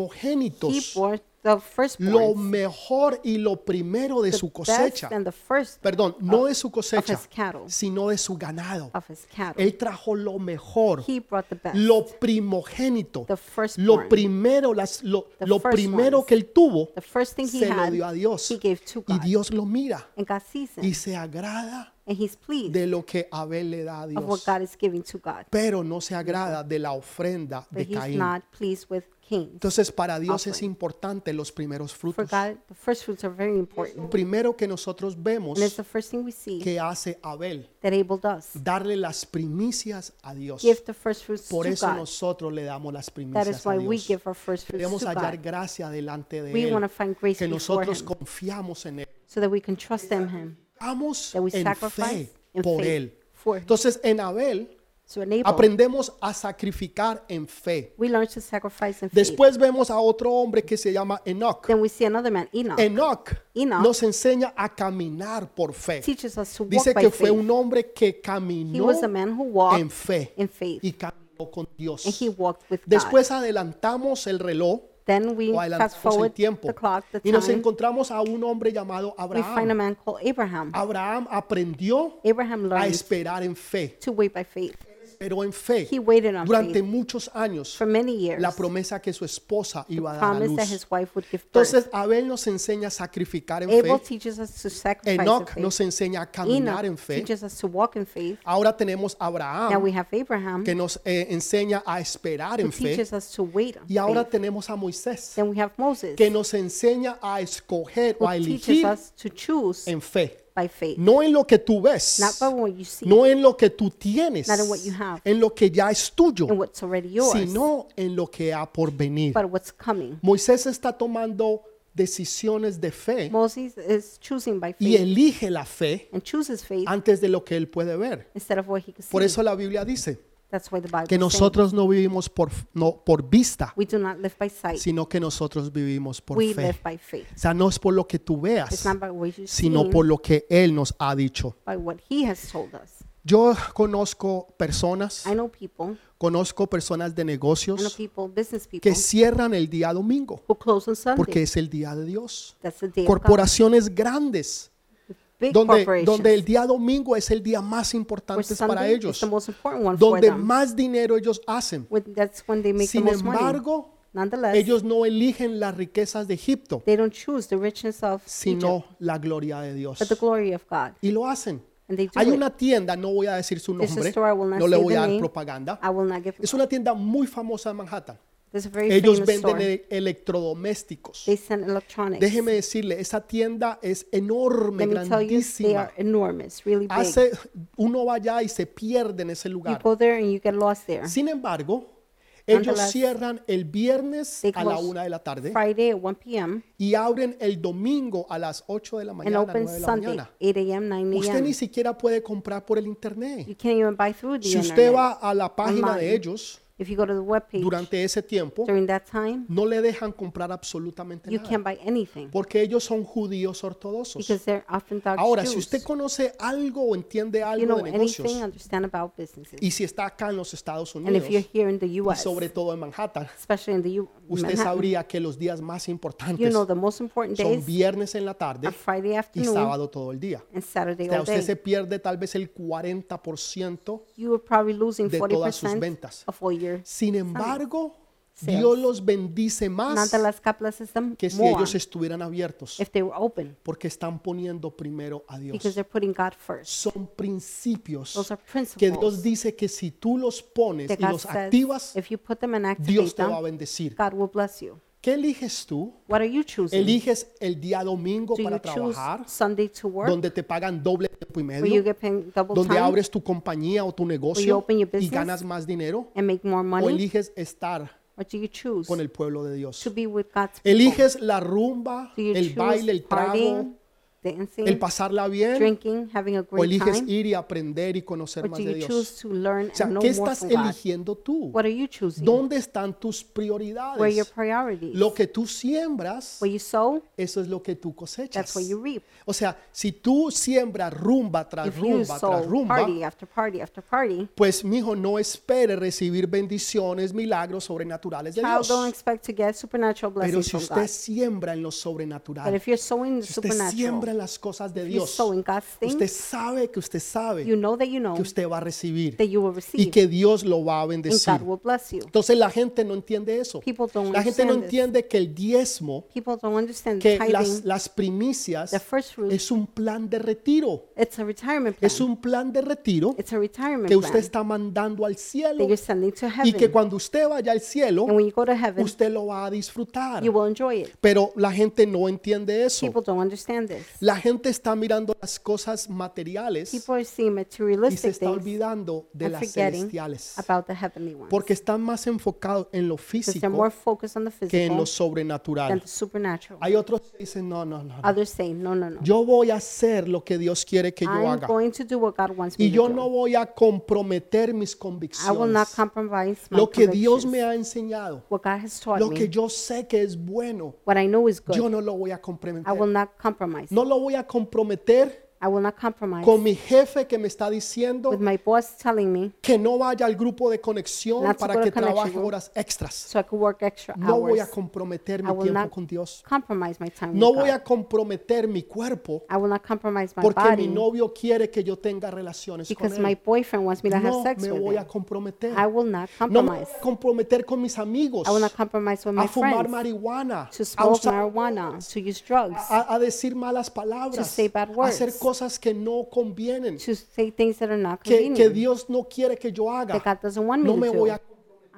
he primogénitos, brought the lo firstborn, mejor y lo primero de the su best cosecha. and the first Perdón, no de su cosecha, his cattle. sino de su ganado. of his cattle. Él trajo lo mejor, he brought the best, lo primogénito, the firstborn. lo primero, las- lo, The lo first primero ones. que él tuvo, the first thing he se lo had, dio a Dios. he gave to Y God. Dios lo mira and God sees him, y se agrada and he's pleased de lo que Abel le da a of what Dios. God is giving to God. pero no se agrada de la ofrenda But de he's Caín. not pleased with Cain. Entonces para Dios es offering. importante los primeros For frutos. God, the first fruits are very important. Lo primero que nosotros vemos And it's the first thing we see que hace Abel, that Abel does. darle las primicias a Dios. Give the first fruits Por to eso God. nosotros le damos las That is primicias a why we Dios. give our first fruits Queremos to hallar God. gracia delante de We want Él, to find grace que before nosotros Him confiamos en Él, so that we can trust in Him, vamos that we en sacrifice fe in por faith Él. for Him. Entonces en Abel So in Abel, aprendemos a sacrificar en fe. we learn to sacrifice in faith. Después vemos a otro hombre que se llama Enoch. Then we see another man, Enoch, Enoch Enoch nos enseña a caminar por fe. teaches us to walk Dice by que fue faith. un hombre que He caminó was a man who en walked fe in faith, y caminó con Dios. and he walked with God. Después adelantamos el reloj Then we o fast adelantamos el forward tiempo the clock, the y nos time, encontramos a un hombre llamado we find a Abraham. man called Abraham. Abraham aprendió Abraham a learned esperar en fe, to wait by faith. pero en fe He waited on durante faith muchos años for many years. la promesa que su esposa iba a dar a promised that luz. his wife would give birth. Entonces Abel nos enseña a sacrificar en fe Abel teaches us to sacrifice in Enoch faith. nos enseña a caminar en Enoch fe. teaches us to walk in faith. Ahora tenemos a Now Abraham we have Abraham que nos eh, enseña a esperar who en fe. teaches us to wait on Y ahora faith. tenemos a Moisés Then we have Moses que nos enseña a escoger o a who teaches elegir us to choose en fe. by faith, No en lo que tú ves, not by what you see no en lo que tú tienes, Not in what you have. en lo que ya es tuyo, and what's already yours, sino en lo que ha por venir. but what's coming. Moisés está tomando decisiones de fe Moses is choosing by y faith elige la fe and chooses faith antes de lo que él puede ver. instead of what he could Por see. eso la Biblia dice, That's why the Bible que is saying nosotros no vivimos por, no, por vista, we do not live by sight, sino que nosotros vivimos por we fe. live by faith. O sea, no es por lo que tú It's veas, not by what you see, sino por lo que Él nos ha dicho. by what he has told us. Yo conozco personas, I know people, conozco personas de I know negocios people, business people, que cierran el día domingo, who close on Sunday. porque es el día de Dios. That's the day of God. Corporaciones grandes, Big donde, corporations. donde el día domingo es el día más where importante Sunday para is ellos, the most important one for donde them. más dinero ellos hacen. When- that's when they make the Sin most money. embargo, Nonetheless, Ellos no eligen las riquezas de Egipto, they don't choose the richness of Egypt, sino la gloria de Dios. but the glory of God. Y lo hacen. And they do Hay it. una tienda, no voy a decir su There's a nombre, store, I will not no le say voy the a dar name. propaganda. I will not give Es una tienda muy famosa en Manhattan. There's a very Ellos famous store. venden e- electrodomésticos. They send electronics. Déjeme decirle, esa tienda es enorme, Let me tell you, they grandísima. are enormous, really big. Hace, uno va allá y se pierde en ese you lugar. go there and you get lost there. Sin embargo, ellos Nonetheless, cierran el viernes they a la close una de la tarde Friday at 1 p.m. y abren el domingo a las 8 de la and mañana, 9 open de la Sunday mañana. 8 a.m. 9 Usted a.m. ni siquiera puede comprar por el internet. You can't even buy through the Si usted internet. va a la página de online. ellos if you go to the webpage durante ese tiempo, during that time, no le dejan comprar absolutamente you nada. can't buy anything Porque ellos son judíos ortodoxos. because they're often dark Ahora, Jews. si usted conoce algo o entiende you algo know de anything, negocios, understand about businesses. y si está acá en los Estados and if you're Unidos, here in the y U.S., sobre todo en Manhattan, especially in the U. usted Manhattan, sabría que los días más you importantes know the most important son days viernes en la tarde are Friday y afternoon sábado todo el día. and Saturday O sea, all day. usted se pierde tal vez el 40%. you are probably losing de 40% todas sus ventas. of all your Sin embargo, Sales. Dios los bendice más Nonetheless, God blesses them que si more ellos estuvieran abiertos, if they were open porque están poniendo primero a because Dios. they're putting God first. Son principios Those are que principles Dios dice que si tú los pones that y God los says activas, if you put them and Dios activate te va a them, bendecir. God will bless you. ¿Qué eliges tú? What are you choosing? ¿Eliges el día domingo Do you para choose trabajar, Sunday to work donde te pagan doble tiempo y where you medio, get paid double donde time abres tu compañía o tu negocio open your y business? ganas más dinero? and make more ¿O money? eliges estar Or do you choose con el pueblo de Dios? to be with God's people? Eliges la rumba, Do you el choose baile, el trago, partying, dancing, el pasarla bien, drinking, having a o great eliges time? ir y aprender y conocer Or más do de you choose Dios. to learn O sea, and know ¿qué more estás from God? eligiendo tú? What are you choosing? ¿Dónde están tus Where your prioridades? priorities? Lo que tú siembras, What you sow, eso es lo que tú that's cosechas. what you reap. O sea, si tú siembras rumba tras If you rumba tras sow rumba, party after party after party, pues mijo, no espere recibir bendiciones, milagros sobrenaturales de child don't Dios. expect to get supernatural Pero blessings si from usted God. siembra en lo But sobrenatural, if you're sowing the si usted siembra supernatural, en las cosas de if you're Dios, sowing God's Usted things, sabe que usted you sabe know that you que know usted va a recibir that you will y receive, que Dios lo va a and bendecir. God will bless you. Entonces la gente no entiende eso. People don't La gente no understand this. entiende que el diezmo, People don't understand que las, tithing, las primicias, the first fruit, es un plan de retiro. it's a retirement plan. Es un plan de retiro It's a retirement que usted plan está mandando al cielo that you're sending to y que heaven. cuando usted vaya al cielo, And when you go to heaven, usted lo va a disfrutar. you will enjoy it. Pero la gente no entiende eso. People don't understand this. La gente está mirando las cosas materiales People are seeing y se materialistic está things olvidando de and las forgetting celestiales. about the heavenly ones. porque están más enfocados en lo because they're more físico focused on the que en physical lo than sobrenatural. the supernatural. Hay otros que dicen, no, no, no, no. Others say, no, no, no. Yo voy a hacer lo que Dios quiere que yo I'm haga. going to do what God wants me Y yo to do. no voy a comprometer mis I will not convicciones. compromise my Lo que Dios convictions. me ha enseñado, what God has taught lo me, que yo sé que es bueno, what I know is good, yo no lo voy a I comprometer. will not compromise. No lo voy a comprometer I will not compromise con mi jefe que me está diciendo with my boss telling me que no vaya al grupo de conexión Not to para go to que trabaje connection. horas extras. so I could work extra No hours. voy a comprometer I mi will tiempo not con Dios. compromise my time No with voy God. a comprometer mi cuerpo I will not compromise my porque mi body novio quiere que yo tenga relaciones con because my él. boyfriend wants me to have No sex me with voy him. a comprometer. I will not No me voy compromise. a comprometer con mis amigos I will not compromise with my a fumar friends marihuana, to a, smoke usar- marijuana, to use drugs, a- a decir malas palabras, say bad a words. hacer cosas que no convienen, to say things that are not que, que convenient, Dios no quiere que yo that haga God doesn't want me No me to voy a do.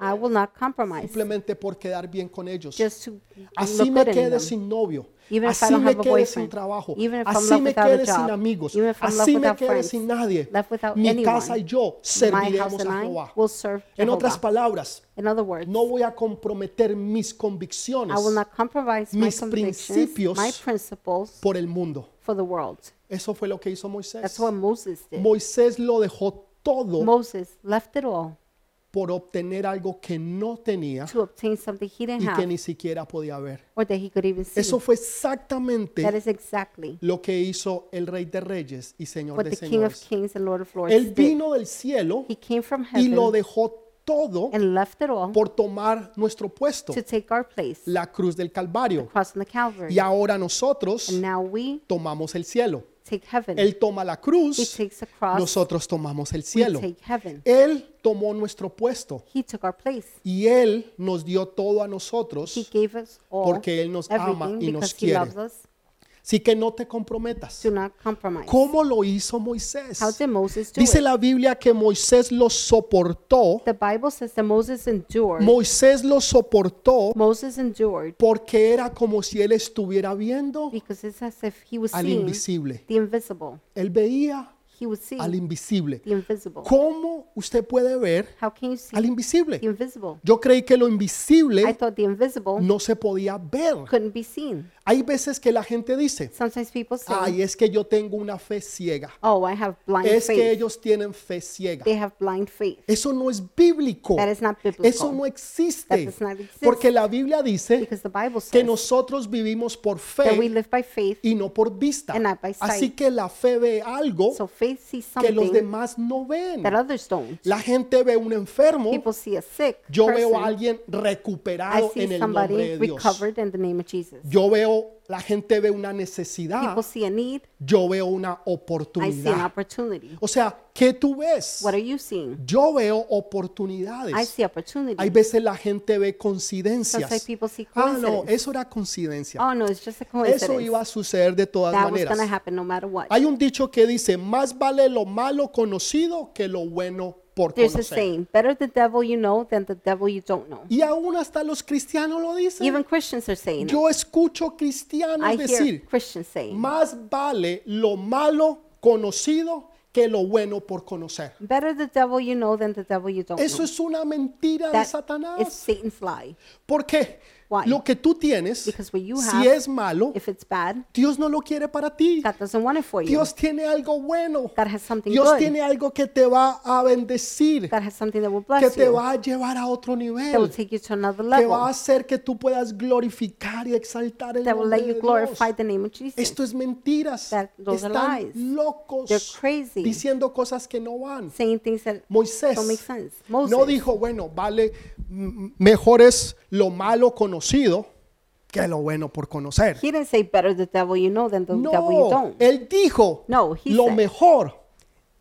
I will not compromise simplemente por quedar bien con ellos. just to Así look me good in quede them. sin novio. Even if I Así don't me have a quede sin boyfriend. trabajo. Even if I'm Así left me without a quede sin job. amigos. Even if I'm left Así me without quede friends. sin nadie. Left without Mi anyone. casa y yo My house serviremos and a I Jehová. will serve En otras Jehovah. palabras, In other words, no voy a comprometer mis convicciones I will not compromise my mis convictions, my principios principles por el mundo. for the world. Eso fue lo que hizo Moisés. That's what Moses did. Moisés lo dejó todo Moses left it all por obtener algo que no tenía to obtain something he didn't y que have ni siquiera podía ver. or that he could even see. Eso fue That exactamente is exactly lo que hizo el Rey de Reyes y Señor what de the King of Señores. Kings and Lord of Lords Él did. vino del cielo He came from y lo heaven dejó todo and left it all por tomar nuestro puesto, to take our place, la cruz del Calvario. crossing the Calvary. Y ahora nosotros And now we tomamos el cielo. take heaven. Él toma la He cruz, takes the cross. nosotros tomamos el We cielo. take heaven. Él tomó nuestro puesto He took our place. y Él nos dio todo a He nosotros. gave us all Porque Él nos ama everything y nos because He quiere. loves us. Así que no te comprometas. Do not compromise. ¿Cómo lo hizo Moisés? How did Moses do Dice it? la Biblia que Moisés lo soportó. The Bible says that Moses endured. Moisés lo soportó Moses endured porque era como si él estuviera viendo because it's as if he was al seeing invisible. the invisible. Él veía He was seeing al invisible. the invisible. ¿Cómo usted puede ver How can you see al the invisible? invisible? Yo creí que lo I invisible thought the invisible no se podía ver. couldn't be seen. Hay veces que la gente dice, Sometimes people say, ay, es que yo tengo una fe ciega. "Oh, I have blind Es que faith." ellos tienen fe ciega. They have blind faith. Eso no es bíblico. That is not Eso biblical no existe. does not exist. Porque la Biblia dice because the que Bible says nosotros vivimos por that fe we live by faith. y no por vista. and not by sight. Así que la fe ve algo So faith sees que los something demás no ven. that others don't. La gente ve un enfermo. People see a sick Yo veo a person. alguien I recuperado en see el nombre de somebody Dios. recovered in the name of Jesus. Yo veo, la gente ve una necesidad. People see a need. Yo veo una I see an oportunidad. opportunity. O sea, ¿qué tú ves? What are you seeing? Yo veo I oportunidades. see Hay opportunity. veces la gente ve Sometimes coincidencias. people see Ah, no, coincidence. eso era coincidencia. Oh no, it's just a Eso iba coincidence. a suceder de todas That was maneras. gonna happen no matter what. Hay un dicho que dice, más vale lo malo conocido que lo bueno por There's a conocer. saying: better the devil you know than the devil you don't know. Y aún hasta los cristianos lo dicen. Even Christians are saying it. Yo escucho I cristianos hear decir, Christians saying, más vale lo malo conocido que lo bueno por conocer. better the devil you know than the devil you don't Eso know. es una mentira de That is Satanás. Satan's lie. ¿Por qué? Why? Lo que tú tienes, Because what you si have, es malo, If it's bad, Dios no lo quiere para ti. God doesn't want it for you. Dios tiene algo bueno. God has something Dios good. tiene algo que te va a bendecir, God has something that will que bless te you. va a llevar a otro That will nivel, take you to another que va a level. hacer que tú puedas glorificar y exaltar el That will nombre let de you Dios. glorify the name of Jesus. Esto es mentiras. That- those are Están lies. They're locos crazy, diciendo cosas que no van. saying things that Moisés don't make sense. no Moses, dijo, bueno, vale, m- mejor es lo malo conocido que lo bueno por conocer. he didn't say better the devil you know than the devil you No, eh, don't. él dijo, No, he lo said. mejor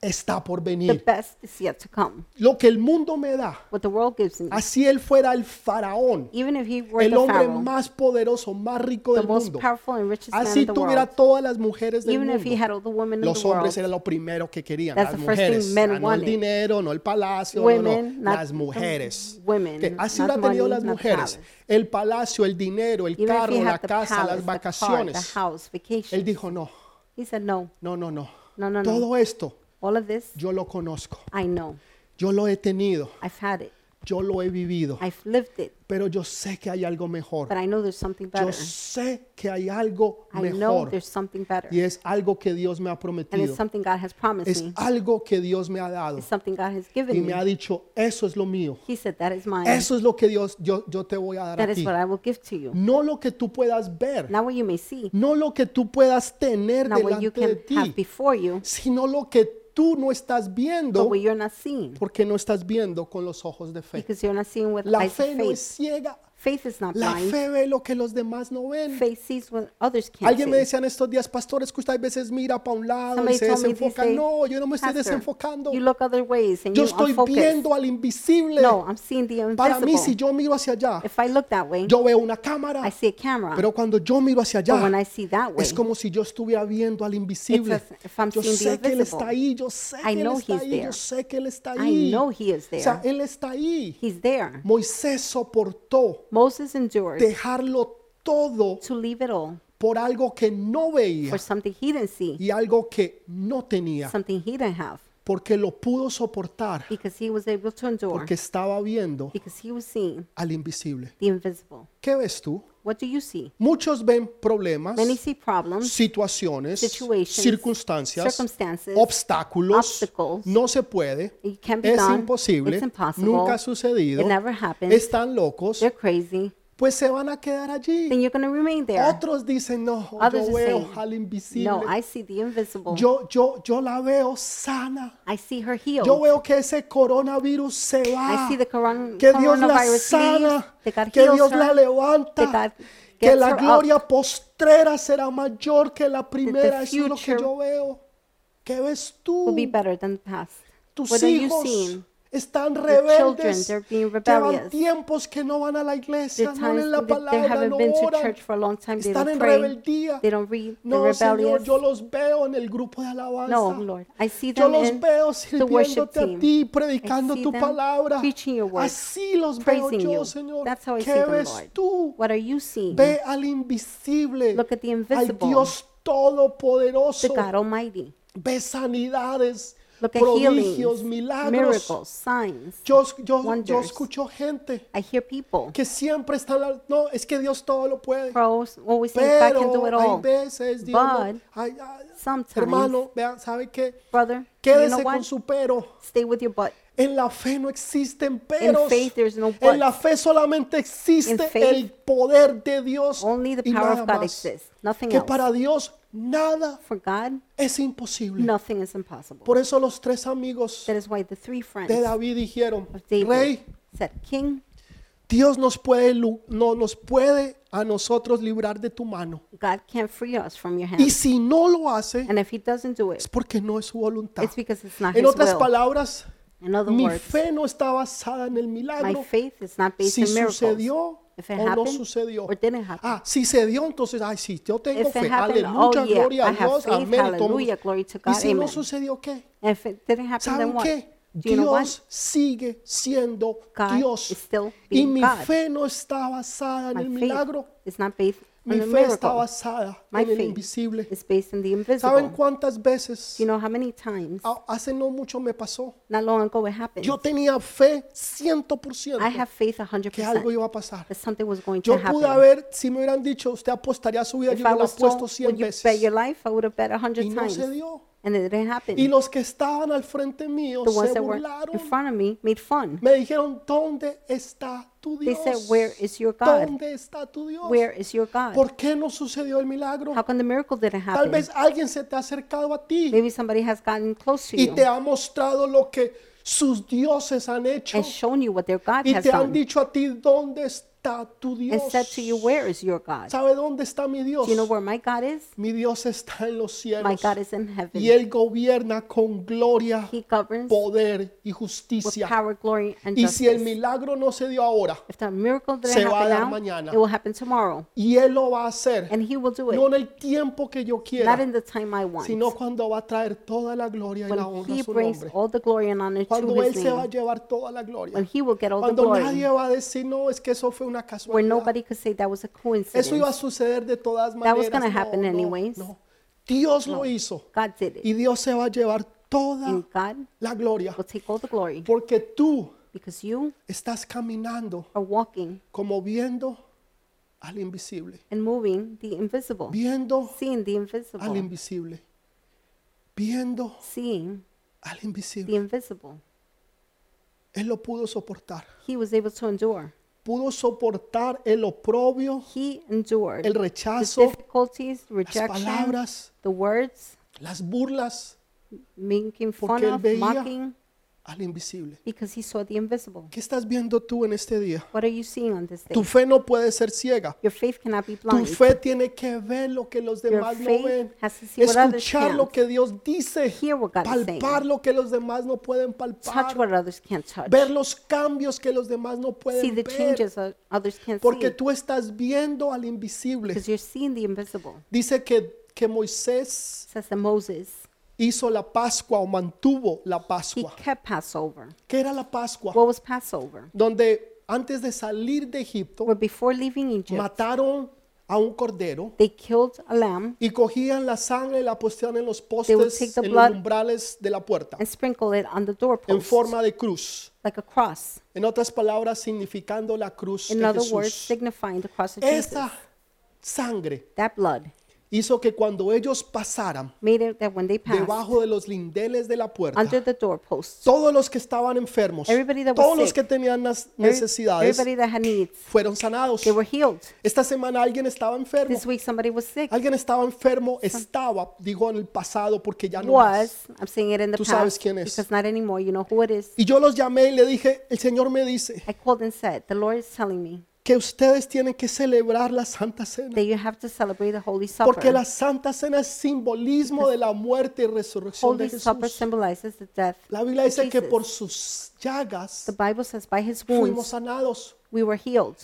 está por The venir. best is yet to come. Lo que el mundo me da, What the world gives me. así él fuera el faraón, Even if he were el the hombre Pharaoh, más poderoso, más rico the del most mundo. powerful and richest man Así in the tuviera world, todas las mujeres del even if he mundo. had all the women in Los the hombres world, era lo primero que querían, That's las the first thing mujeres. men Ah, No el wanted. dinero, no el palacio, no, no, women, not las the mujeres. women, Que así not lo han tenido money, las not mujeres. palace. El palacio, el dinero, el Even if he carro, la had the casa, las palace, the car, the vacaciones. house, Él vacation, dijo, no, he said no. no, no, no. No, no, no. Todo esto All of this, yo lo conozco. I know. Yo lo he tenido. I've had it. Yo lo he vivido. I've lived it. Pero yo sé que hay algo mejor. But I know there's something Yo better. sé que hay algo I know mejor. there's something better. Y es algo que Dios me ha And it's prometido. something God has promised Es me. algo que Dios me ha dado. It's something God has Y given me me. ha dicho, eso es lo mío. He said, That is mine. Eso es lo que Dios, yo, yo te voy a dar That a is ti. what I will give to you. No lo que tú puedas ver. Not what you may see, No lo que tú puedas tener not what you delante de can have ti. before you, Sino lo que tú no estás but viendo what you're not seeing. porque no estás viendo con los ojos de fe. Because you're not seeing with La eyes of fe no es faith. ciega. Faith is not La blind. fe ve lo que los demás no ven. Faith sees what others can't Alguien me see. decía en estos días, pastor, es que usted a veces mira para un lado y Somebody se told me this desenfoca. day, No, yo no me estoy "Pastor, desenfocando. You look other ways and Yo you estoy unfocus. viendo al invisible. No, I'm seeing the Para mí, si invisible. yo miro hacia allá, If I look that way, yo veo una cámara. I see a camera. Pero cuando yo miro hacia But when allá, I see that way, es como si yo estuviera viendo al invisible. as if I'm Yo seeing the sé que él está invisible. ahí, yo sé que I él know está he's ahí, yo there. sé que él está I ahí. know O he is sea, there. él está ahí. He's there. Moisés soportó Moses endured dejarlo todo to leave it all por algo que no veía for something he didn't see, y algo que no tenía. something he didn't have, porque lo pudo soportar because he was able to endure, porque estaba viendo because he was seeing al invisible. the invisible. ¿Qué ves tú? What do you see? Muchos ven problemas, Many see problems, situaciones, situations, circunstancias, circumstances, obstáculos, obstacles. no se puede, it can be es done, imposible, it's impossible, nunca ha sucedido, it never happens, están locos, they're crazy, pues se van a quedar allí. then you're going to remain there. Otros dicen, no, Others yo are veo saying, al invisible, No, I see the invisible. yo, yo, yo la veo sana, I see her healed. yo veo que ese coronavirus se va. I see the coron- que Dios la coronavirus leaves, sana, that God que heals Dios her, la that levanta, God que gets la her up, gloria postrera será mayor que la primera. Eso es lo que future yo veo. ¿Qué ves will be tú? better than the past. Tus What are you hijos seeing? están children, rebeldes. they're being Llevan rebellious. tiempos que no van a la The iglesia, no times leen la that they palabra, haven't no been to oran. church for a long time, they Están don't en pray, rebeldía. they don't read, they're No, Señor, rebellious. yo los veo en el grupo de alabanza. No, Lord, I see Yo them los in veo the worship sirviéndote a team, ti, predicando see tu them palabra. preaching your word, Así los veo praising yo, you. Señor. That's how I see ¿Qué them, ves Lord. tú? What are you seeing? Ve al invisible, Look at the al invisible, Dios the todopoderoso. God Almighty. Ve sanidades, Look at prodigios, healings, milagros. miracles, signs. Yo, yo, yo wonders. escucho gente I hear people, que siempre está, la- no, es que Dios todo lo puede. pros, always saying, I can do it Pero hay all. veces, Dios, no- But ay, ay, Sometimes, hermano, vea, ¿sabe qué? brother, you know Quédese con what? su pero. Stay with your butt. En la fe no existen peros. faith there's no en la buts. fe solamente existe In faith, el poder de Dios Only the y power nada of God más. exists, nothing Que else. para Dios nada For God, es imposible. nothing is impossible. Mm. Por eso los tres amigos That is why the three friends de David dijeron, of David Rey, said, King, Dios nos puede, lu- no, nos puede a nosotros librar de tu mano. God can't free us from your Y hand. si no lo hace, And if he doesn't do it, es porque no es su voluntad. it's because it's not his En otras will. palabras, In other mi words, fe no está basada en el my milagro. faith is not based si in miracles. sucedió If it o no happened sucedió. or didn't happen. Ah, si se dio, entonces, ay, sí, yo tengo If fe. it happened, Aleluya, oh yeah, gloria I a have Dios, faith, amén. y todo el mundo. hallelujah, glory to Y God, si no amen. sucedió, ¿qué? And if it didn't happen, then ¿Saben what? qué? Do you know what? Dios sigue siendo God is Dios. still Y being mi God. fe no está basada en My el faith milagro. is not based on Mi the fe está miracle. basada My en el faith invisible. It's based in the ¿Saben invisible. cuántas veces? Do you know how many times, A- Hace no mucho me pasó. not long ago, it happened? Yo tenía fe I 100% have faith que algo 100% iba a pasar. that something was going to Yo pude happen. haber, si me hubieran dicho, usted apostaría su vida, If yo I lo he was told, puesto 100 would you bet veces. your life? I would have bet a Y 100 no times. se dio. And it didn't happen. Y los que estaban al frente mío the ones se that were in burlaron. front of me made fun. Me dijeron, ¿dónde está tu They Dios? said, Where is your God? ¿Dónde está tu Dios? Where is your God? ¿Por qué no sucedió el milagro? How come the miracle didn't Tal happen? vez alguien se te ha acercado a ti Maybe somebody has gotten close to y te you ha mostrado lo que sus dioses han hecho and shown you what their God y has te han done dicho a ti, ¿dónde está tu and Dios? said to you, Where is your God? ¿Sabe dónde está mi Dios? Do you know where my God is? Mi Dios está en los My cielos. God is in y heaven. él gobierna con gloria, He governs poder y with justicia. power, glory, and Y si el justice. milagro no se dio ahora, If the miracle se didn't va a dar happen now, mañana. it will happen tomorrow. y él lo va a hacer, And He will do no it. en el tiempo que yo Not quiera, in the time I want. sino cuando va a traer toda la gloria y la When honra a He su brings nombre. all the glory and honor to Cuando él His se va a name. llevar toda la When gloria. He will get all the Cuando glory. nadie va a decir, no, es que eso fue una Where casualidad. nobody could say that was a Eso iba a coincidence. suceder de todas That was maneras. gonna No, happen no, anyways. no. Dios lo hizo. God did Y it. Dios se va a llevar toda And God la gloria. will take all the glory Porque tú because you estás caminando are walking como viendo al invisible, and moving the invisible, viendo seeing the al invisible, invisible, viendo seeing al the invisible. invisible. Él lo pudo soportar, He was able to endure. pudo soportar el oprobio, He el endured the rechazo, difficulties, las rejection, palabras, the words, las burlas making fun Porque él of, veía- mocking, al invisible. because he saw the invisible. ¿Qué estás viendo tú en este día? What are you seeing on this day? Tu fe no puede ser ciega. Your faith cannot be Tu blind. fe tiene que ver lo que los Your demás no faith ven. has to see what others Escuchar can't, lo que Dios dice. hear what God is saying, Palpar lo que los demás no pueden touch palpar. what others can't touch, ver los cambios que los demás no see pueden the ver, changes that others can't porque see, tú estás viendo al invisible. because you're seeing the invisible. Dice que, que Moisés says that Moses, hizo la Pascua o mantuvo la he Pascua. kept Passover. ¿Qué era la Pascua? What was Passover? Donde antes de salir de Where Egipto before leaving Egypt, mataron a un cordero they killed a lamb y cogían la sangre y la posteaban en los would postes, take the en los blood umbrales de la puerta, and sprinkled it on the en doorpost, forma de cruz. like a cross. En otras palabras, significando la cruz In de other words, Jesús. signifying the cross of Jesus. Esa sangre That blood hizo que cuando ellos pasaran made it that when they passed debajo de los lindeles de la puerta, under the doorpost, todos los que estaban enfermos, Everybody that was todos los sick, que tenían las every- necesidades, everybody that had needs, fueron sanados. they were healed. Esta semana alguien estaba enfermo. This week somebody was sick. Alguien estaba enfermo, estaba, digo en el pasado, porque ya no más. Was I'm saying it in the Tú sabes past quién es. because not anymore. You know who it is. Y yo los llamé y le dije, el Señor me dice, I called and said, the Lord is telling me que ustedes tienen que celebrar la Santa Cena. that you have to celebrate the Holy Porque Supper. la Santa Cena es simbolismo de la muerte y resurrección Holy de Supper Jesús. symbolizes the death. La Biblia dice que Jesus. por sus llagas The Bible says, by his fuimos wounds sanados. we were healed.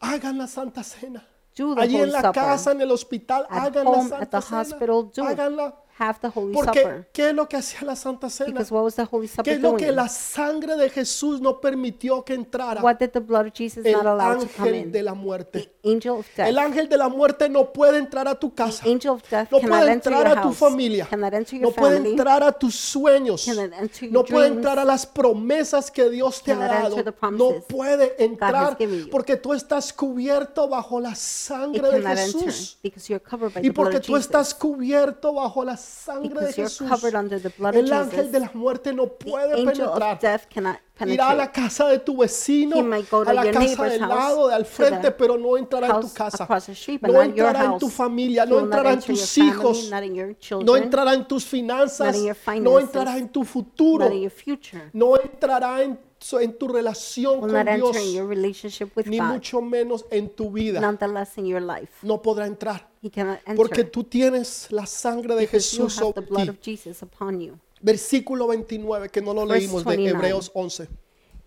Hagan la Santa Cena. Do the Allí en Holy la casa, Supper. en el hospital, At hagan la home, at Santa the hospital, do Cena. it. Háganla. Have the Holy Porque, Supper. ¿qué es lo que hacía la Santa Cena? Because what was the Holy ¿Qué Supper es lo que doing? la sangre de Jesús no permitió que entrara? What did the blood of Jesus El not allow to come ángel in? de la The muerte. angel of death. El ángel de la muerte no puede entrar a tu casa. angel of death No cannot puede enter entrar your a tu house. familia. Cannot enter your No puede family. entrar a tus sueños. Cannot enter your No puede dreams. entrar a las promesas que Dios te ha Cannot dado. enter the promises No puede entrar given you. porque tú estás cubierto bajo la It sangre de cannot enter Jesús. because you're covered by Y the blood porque of tú Jesus. estás cubierto bajo la sangre de Because you're Jesús. covered under the blood of El ángel Jesus. de la muerte no the puede angel penetrar. of death cannot Irá a la penetrate. casa de tu vecino, He might go to a la your casa neighbor's del house, lado, de al to the frente, pero no entrará en tu house casa. across the street, but No not in your entrará en tu house. familia, He no will not entrará en enter your tus family, hijos, not in your no children, entrará en tus finanzas, your no finances, entrará en tu not futuro, in your future. no entrará en, su- en tu relación con Will not Dios, enter in your relationship with ni God. mucho menos en tu vida. Nonetheless, in your life, No podrá entrar, he cannot porque enter tú tienes la sangre de because you Jesús have the sobre blood ti. of Jesus upon you. Versículo 29, que no lo Verse leímos de 29. Hebreos 11.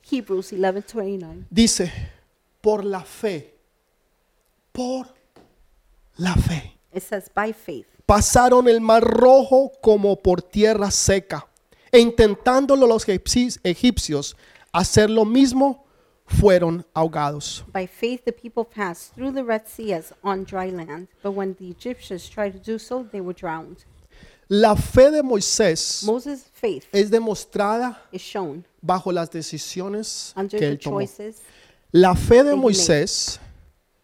Hebrews 11:29. Dice, por la fe, por la fe. It says, by faith. Pasaron el mar rojo como por tierra seca. E intentándolo los egipci- egipcios hacer lo mismo, fueron ahogados. By faith, the people passed through the Red Sea as on dry land, but when the Egyptians tried to do so, they were drowned. La fe de Moisés Moses' faith es demostrada is shown bajo las decisiones under que the él tomó. choices. La fe de he made. Moisés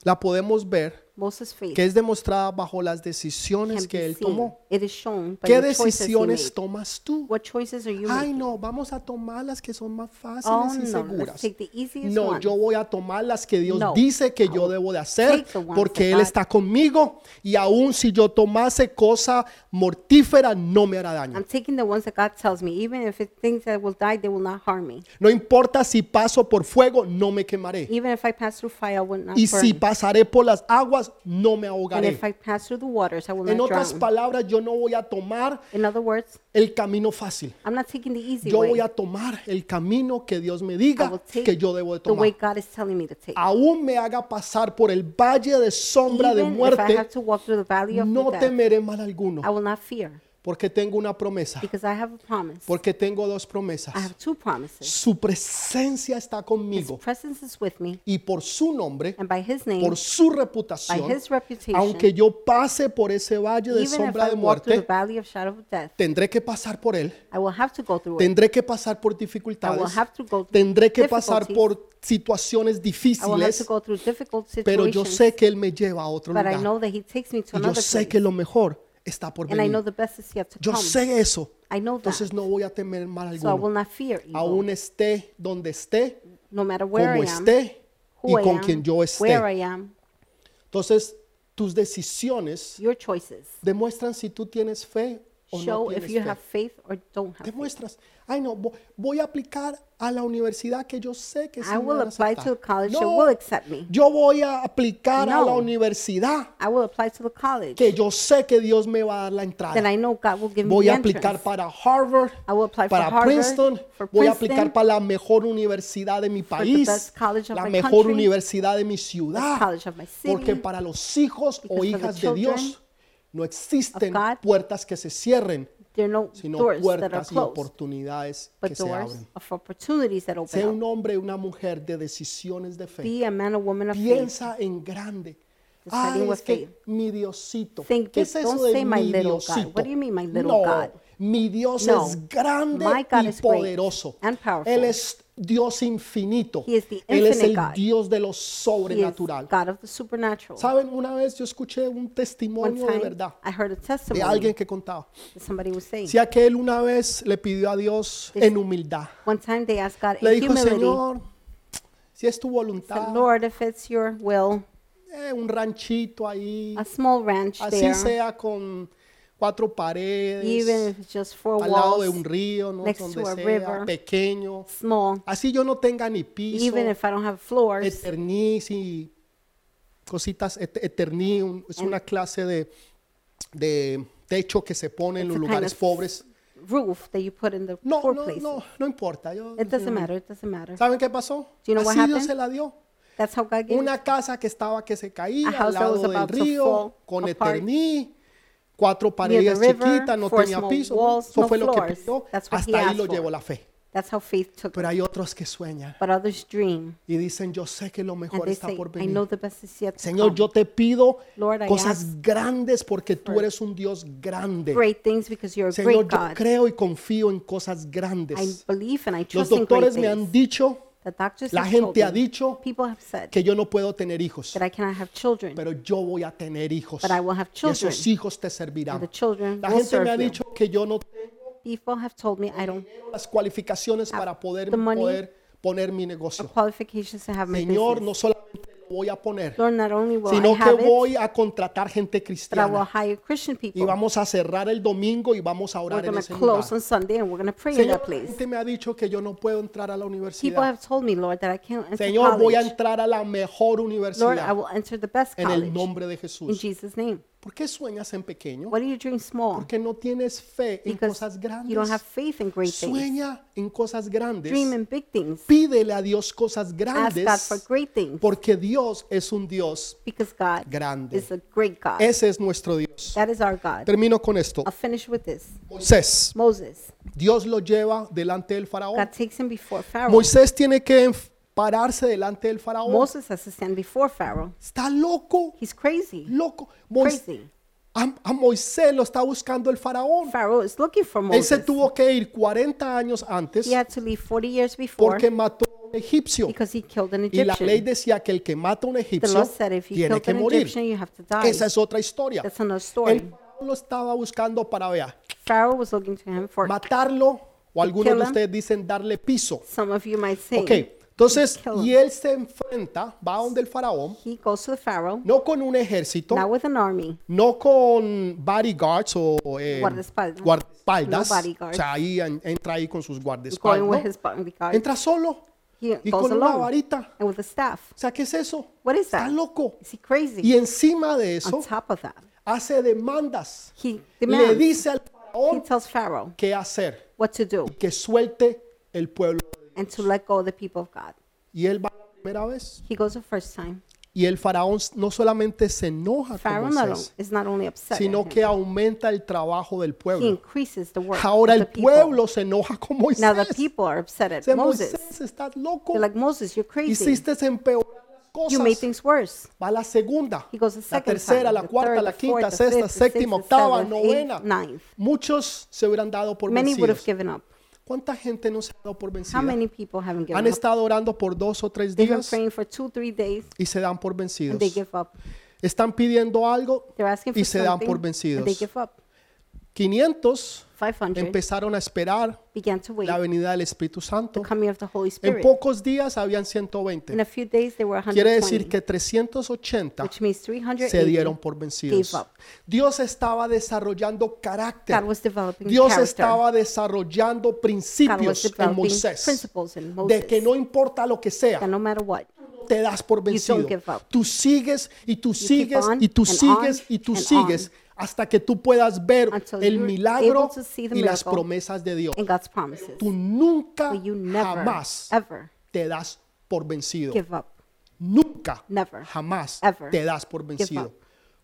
la podemos ver Moses' faith que es demostrada bajo las can decisiones que be él seen. tomó. It is shown by ¿Qué the choices he decisiones made. tomas tú? What choices are you Ay, making? no, vamos a tomar las que son más Oh fáciles y no, let's seguras. take the easiest No, one. yo voy a tomar las que Dios No, dice que I yo will debo de hacer take the ones porque that Él God- está conmigo y aun si yo tomase cosa mortífera no me hará daño. I'm taking the ones that God tells me. Even if it thinks that will die, they will not harm me. No importa si paso por fuego, no me quemaré. Even if I pass through fire, I will not Y burn. si pasaré por las aguas, no me and ahogaré. if I pass through the waters, I will En not otras drown. palabras, yo no voy a tomar In other words, el camino fácil. I'm not taking the easy Yo way. voy a tomar el camino que Dios me I diga will take que yo debo de the way tomar. God is telling me to take. Aún me haga pasar por el valle de sombra de Even if I muerte, have to walk through the valley of no death, temeré mal alguno. I will not fear Porque tengo una promesa. because I have a promise. Porque tengo dos I promesas. have two promises. Su presencia está His conmigo. presence is with me, Y por su nombre, and by His name, por su by reputación, His reputation, aunque yo pase por ese valle de even if sombra I de walk through the muerte, valley of shadow of death, tendré que pasar por él. I will have to go through it. Tendré que pasar por I will dificultades. have to go through Tendré que pasar difficulties. por situaciones I will have to difíciles. go through difficult Pero yo situations. sé que él me lleva a otro But I lugar. know that He takes me to Y yo another sé place, que lo mejor está por and I know venir. the best is yet to Yo come. sé eso. I know that, Entonces no voy a temer mal so I will alguno. not fear evil, Aún esté donde esté, no matter where I como am, esté y who I con am, quien yo where I esté. am, Entonces, tus decisiones your choices. demuestran si tú tienes fe o no show if tienes you fe. have faith or don't have faith. Demuestras, ay no, vo- voy a aplicar a la universidad que yo sé que sí me I will van a apply to the aceptar. college that will No, accept me. yo voy a aplicar a la No. universidad I will apply to the college que yo sé que Dios me va a dar la that entrada. I know God will give me Voy the a aplicar entrance. para Harvard, I will apply for para Harvard, Princeton, for voy a Princeton, aplicar para la mejor universidad de mi the país, best college of la my mejor country, universidad de mi the ciudad. college of my city. Porque para los hijos o because for the hijas de Dios children no existen of God, puertas que se cierren, There are no sino doors that are puertas y closed, oportunidades que but se doors abren. of opportunities that Sea open un up. hombre y una mujer de decisiones de fe. Be a man or woman of faith. Piensa en grande. Ay, Deciding with es que faith. mi Diosito. Think ¿Qué big. es eso Don't de say my mi little God. Diosito? What do you mean my little No, God? mi Dios No. es grande My God y is great poderoso. and powerful. Él es Dios infinito. He is the Él es el infinite God. Dios de lo He is sobrenatural. God of the supernatural. Saben, una vez yo escuché un One testimonio de time, verdad I heard de a testimony alguien que contaba. that somebody was saying. Si aquel una vez le pidió a Dios This- en humildad, One time they asked God le in dijo, humility, Señor, si es tu voluntad, said, Lord, if it's your will, eh, un ranchito ahí, a small ranch así there, sea con cuatro even paredes, if it's just four al lado de un walls, río, ¿no? next donde to a sea, river. pequeño. small, Así yo no tenga ni piso, even if I don't have floors, eterniz y cositas, et- eterní, un- Mm. es una clase de, de techo que se pone en It's los a kind lugares of pobres. roof that you put in the No, poor no, places. no, no importa. yo- It doesn't matter. It doesn't matter. ¿Saben qué pasó? you know what Así Dios happened? se la dio. That's how God gave it. Una casa que estaba que se caía A al house that lado was del about to río, fall con apart. eterní, cuatro Near paredes the river, chiquitas, no four tenía small piso. walls, Eso no fue lo que floors. pidió. That's what he Hasta ahí asked lo for. llevó la fe. That's how faith took Pero it. hay otros que sueñan But others dream. y dicen, yo sé que lo And mejor they está say, por I know venir. the best is yet to Señor, come. yo te pido Lord, I cosas grandes porque tú for eres un Dios grande. Great things because you're a Señor, great yo God. creo y confío en cosas I grandes. believe and I Los trust in great doctores me han things. dicho, The doctors la have gente ha told me, dicho people have said que yo no puedo tener hijos. that I cannot have children, pero yo voy a tener hijos. but I will have Y children, esos hijos te and the servirán. children La will gente me ha serve you. dicho que yo no tengo People have told me I don't las cualificaciones para poder, the money. poder poner mi have negocio. qualifications to have my Señor, no business. solamente lo voy a poner, Lord, not only will I sino que have it, voy a contratar gente but I will cristiana. hire Christian Y people. vamos a cerrar el domingo y vamos a We're orar en going to ese lugar. close on Sunday and we're going to pray in that Señor, la place. gente me ha dicho que yo no puedo entrar a la People universidad. have told me, Lord, that I can't enter Señor, voy a college. entrar a la mejor Lord, I universidad will enter the best en el college nombre de in Jesús. Jesus' name. ¿Por qué sueñas en pequeño? What do you dream small? Porque no tienes fe en Because cosas you don't have grandes. faith in great things. Sueña en cosas grandes. Dream in big things. Pídele a Dios cosas Ask God for grandes great things porque Dios es un Dios because God grande. is a great God. Ese es nuestro Dios. That is our God. Termino con esto. I'll finish with this. Moisés. Moses. Dios lo lleva delante del faraón. God takes him before Pharaoh. Moisés tiene que enf- pararse delante del faraón. Moses has to stand before Pharaoh. Está loco, He's crazy. loco. Mois- Crazy. a, a Moisés lo está buscando el faraón. Pharaoh is looking for Él se Moses. tuvo que ir 40 años antes He had to leave 40 years before porque mató a un egipcio. because he killed an Y la ley Egyptian. decía que el que mata a un The egipcio law said if you tiene killed que an morir. Egyptian, you have to die. Esa es otra historia. That's another El story. faraón lo estaba buscando para vea, Pharaoh was looking to him for. matarlo o algunos Kill de him. ustedes dicen darle piso. Some of you might say Ok, entonces, Kill him. y él se enfrenta, va donde el faraón, he goes to the Pharaoh, no con un ejército, not with an army. no con bodyguards o o, eh, Guardaespaldas. guardaespaldas. No o bodyguards. sea, ahí en- entra ahí con sus Going guardaespaldas. with ¿no? his bodyguard. Entra solo He y goes con una alone varita. and with a staff. O sea, ¿qué es eso? What is Está that? loco. Is he crazy? Y encima de On eso, top of that, hace demandas. he Le demands. dice al He faraón tells Pharaoh qué hacer, what to do que suelte el pueblo. and to let go of the people of God. Y él va la primera vez. He goes the first time. Y el faraón no solamente se enoja con Pharaoh not, Moisés, is not only upset, at sino him, que aumenta el trabajo del he pueblo. increases the work. Ahora of the el people. pueblo se enoja con Now the Moisés. people are upset Dice, at Moses. Moisés, estás loco. They're like, Moses, you're crazy. Hiciste empeorar las You made cosas. things worse. Va la segunda, He goes the la second tercera, time, la the cuarta, third, la the fourth, quinta, the sexta, fifth, the séptima, sixth, the octava, seventh, eighth, novena. ninth. Muchos se hubieran dado por Many would have vencidos. given up. ¿Cuánta gente no se ha dado por How vencida? many people haven't Han given up? estado orando por dos o tres They've been días praying for two, three days, y se dan por and they vencidos. give up. Están pidiendo algo. They're asking Y for se dan something, por and they vencidos. give up. 500 500 empezaron a esperar began to wait la venida del Espíritu the Santo. coming of the Holy En Spirit. pocos días habían In 120. a few days, they were Quiere decir 120, que 380 which means se 380. dieron por vencidos. Dios estaba desarrollando God carácter. was developing Dios character. estaba desarrollando God was principios en developing Moisés. principles in De Moses. que no importa lo que sea, that no matter what, te das por vencido. give up. Tú sigues y tú keep sigues on y tú and sigues on y tú and sigues hasta que tú puedas ver Until el you're milagro able to see the y las miracle. promesas de Dios. in God's promises, Tú nunca will you never, jamás ever te das por vencido. give up. Nunca, Never, jamás ever te das por vencido. up.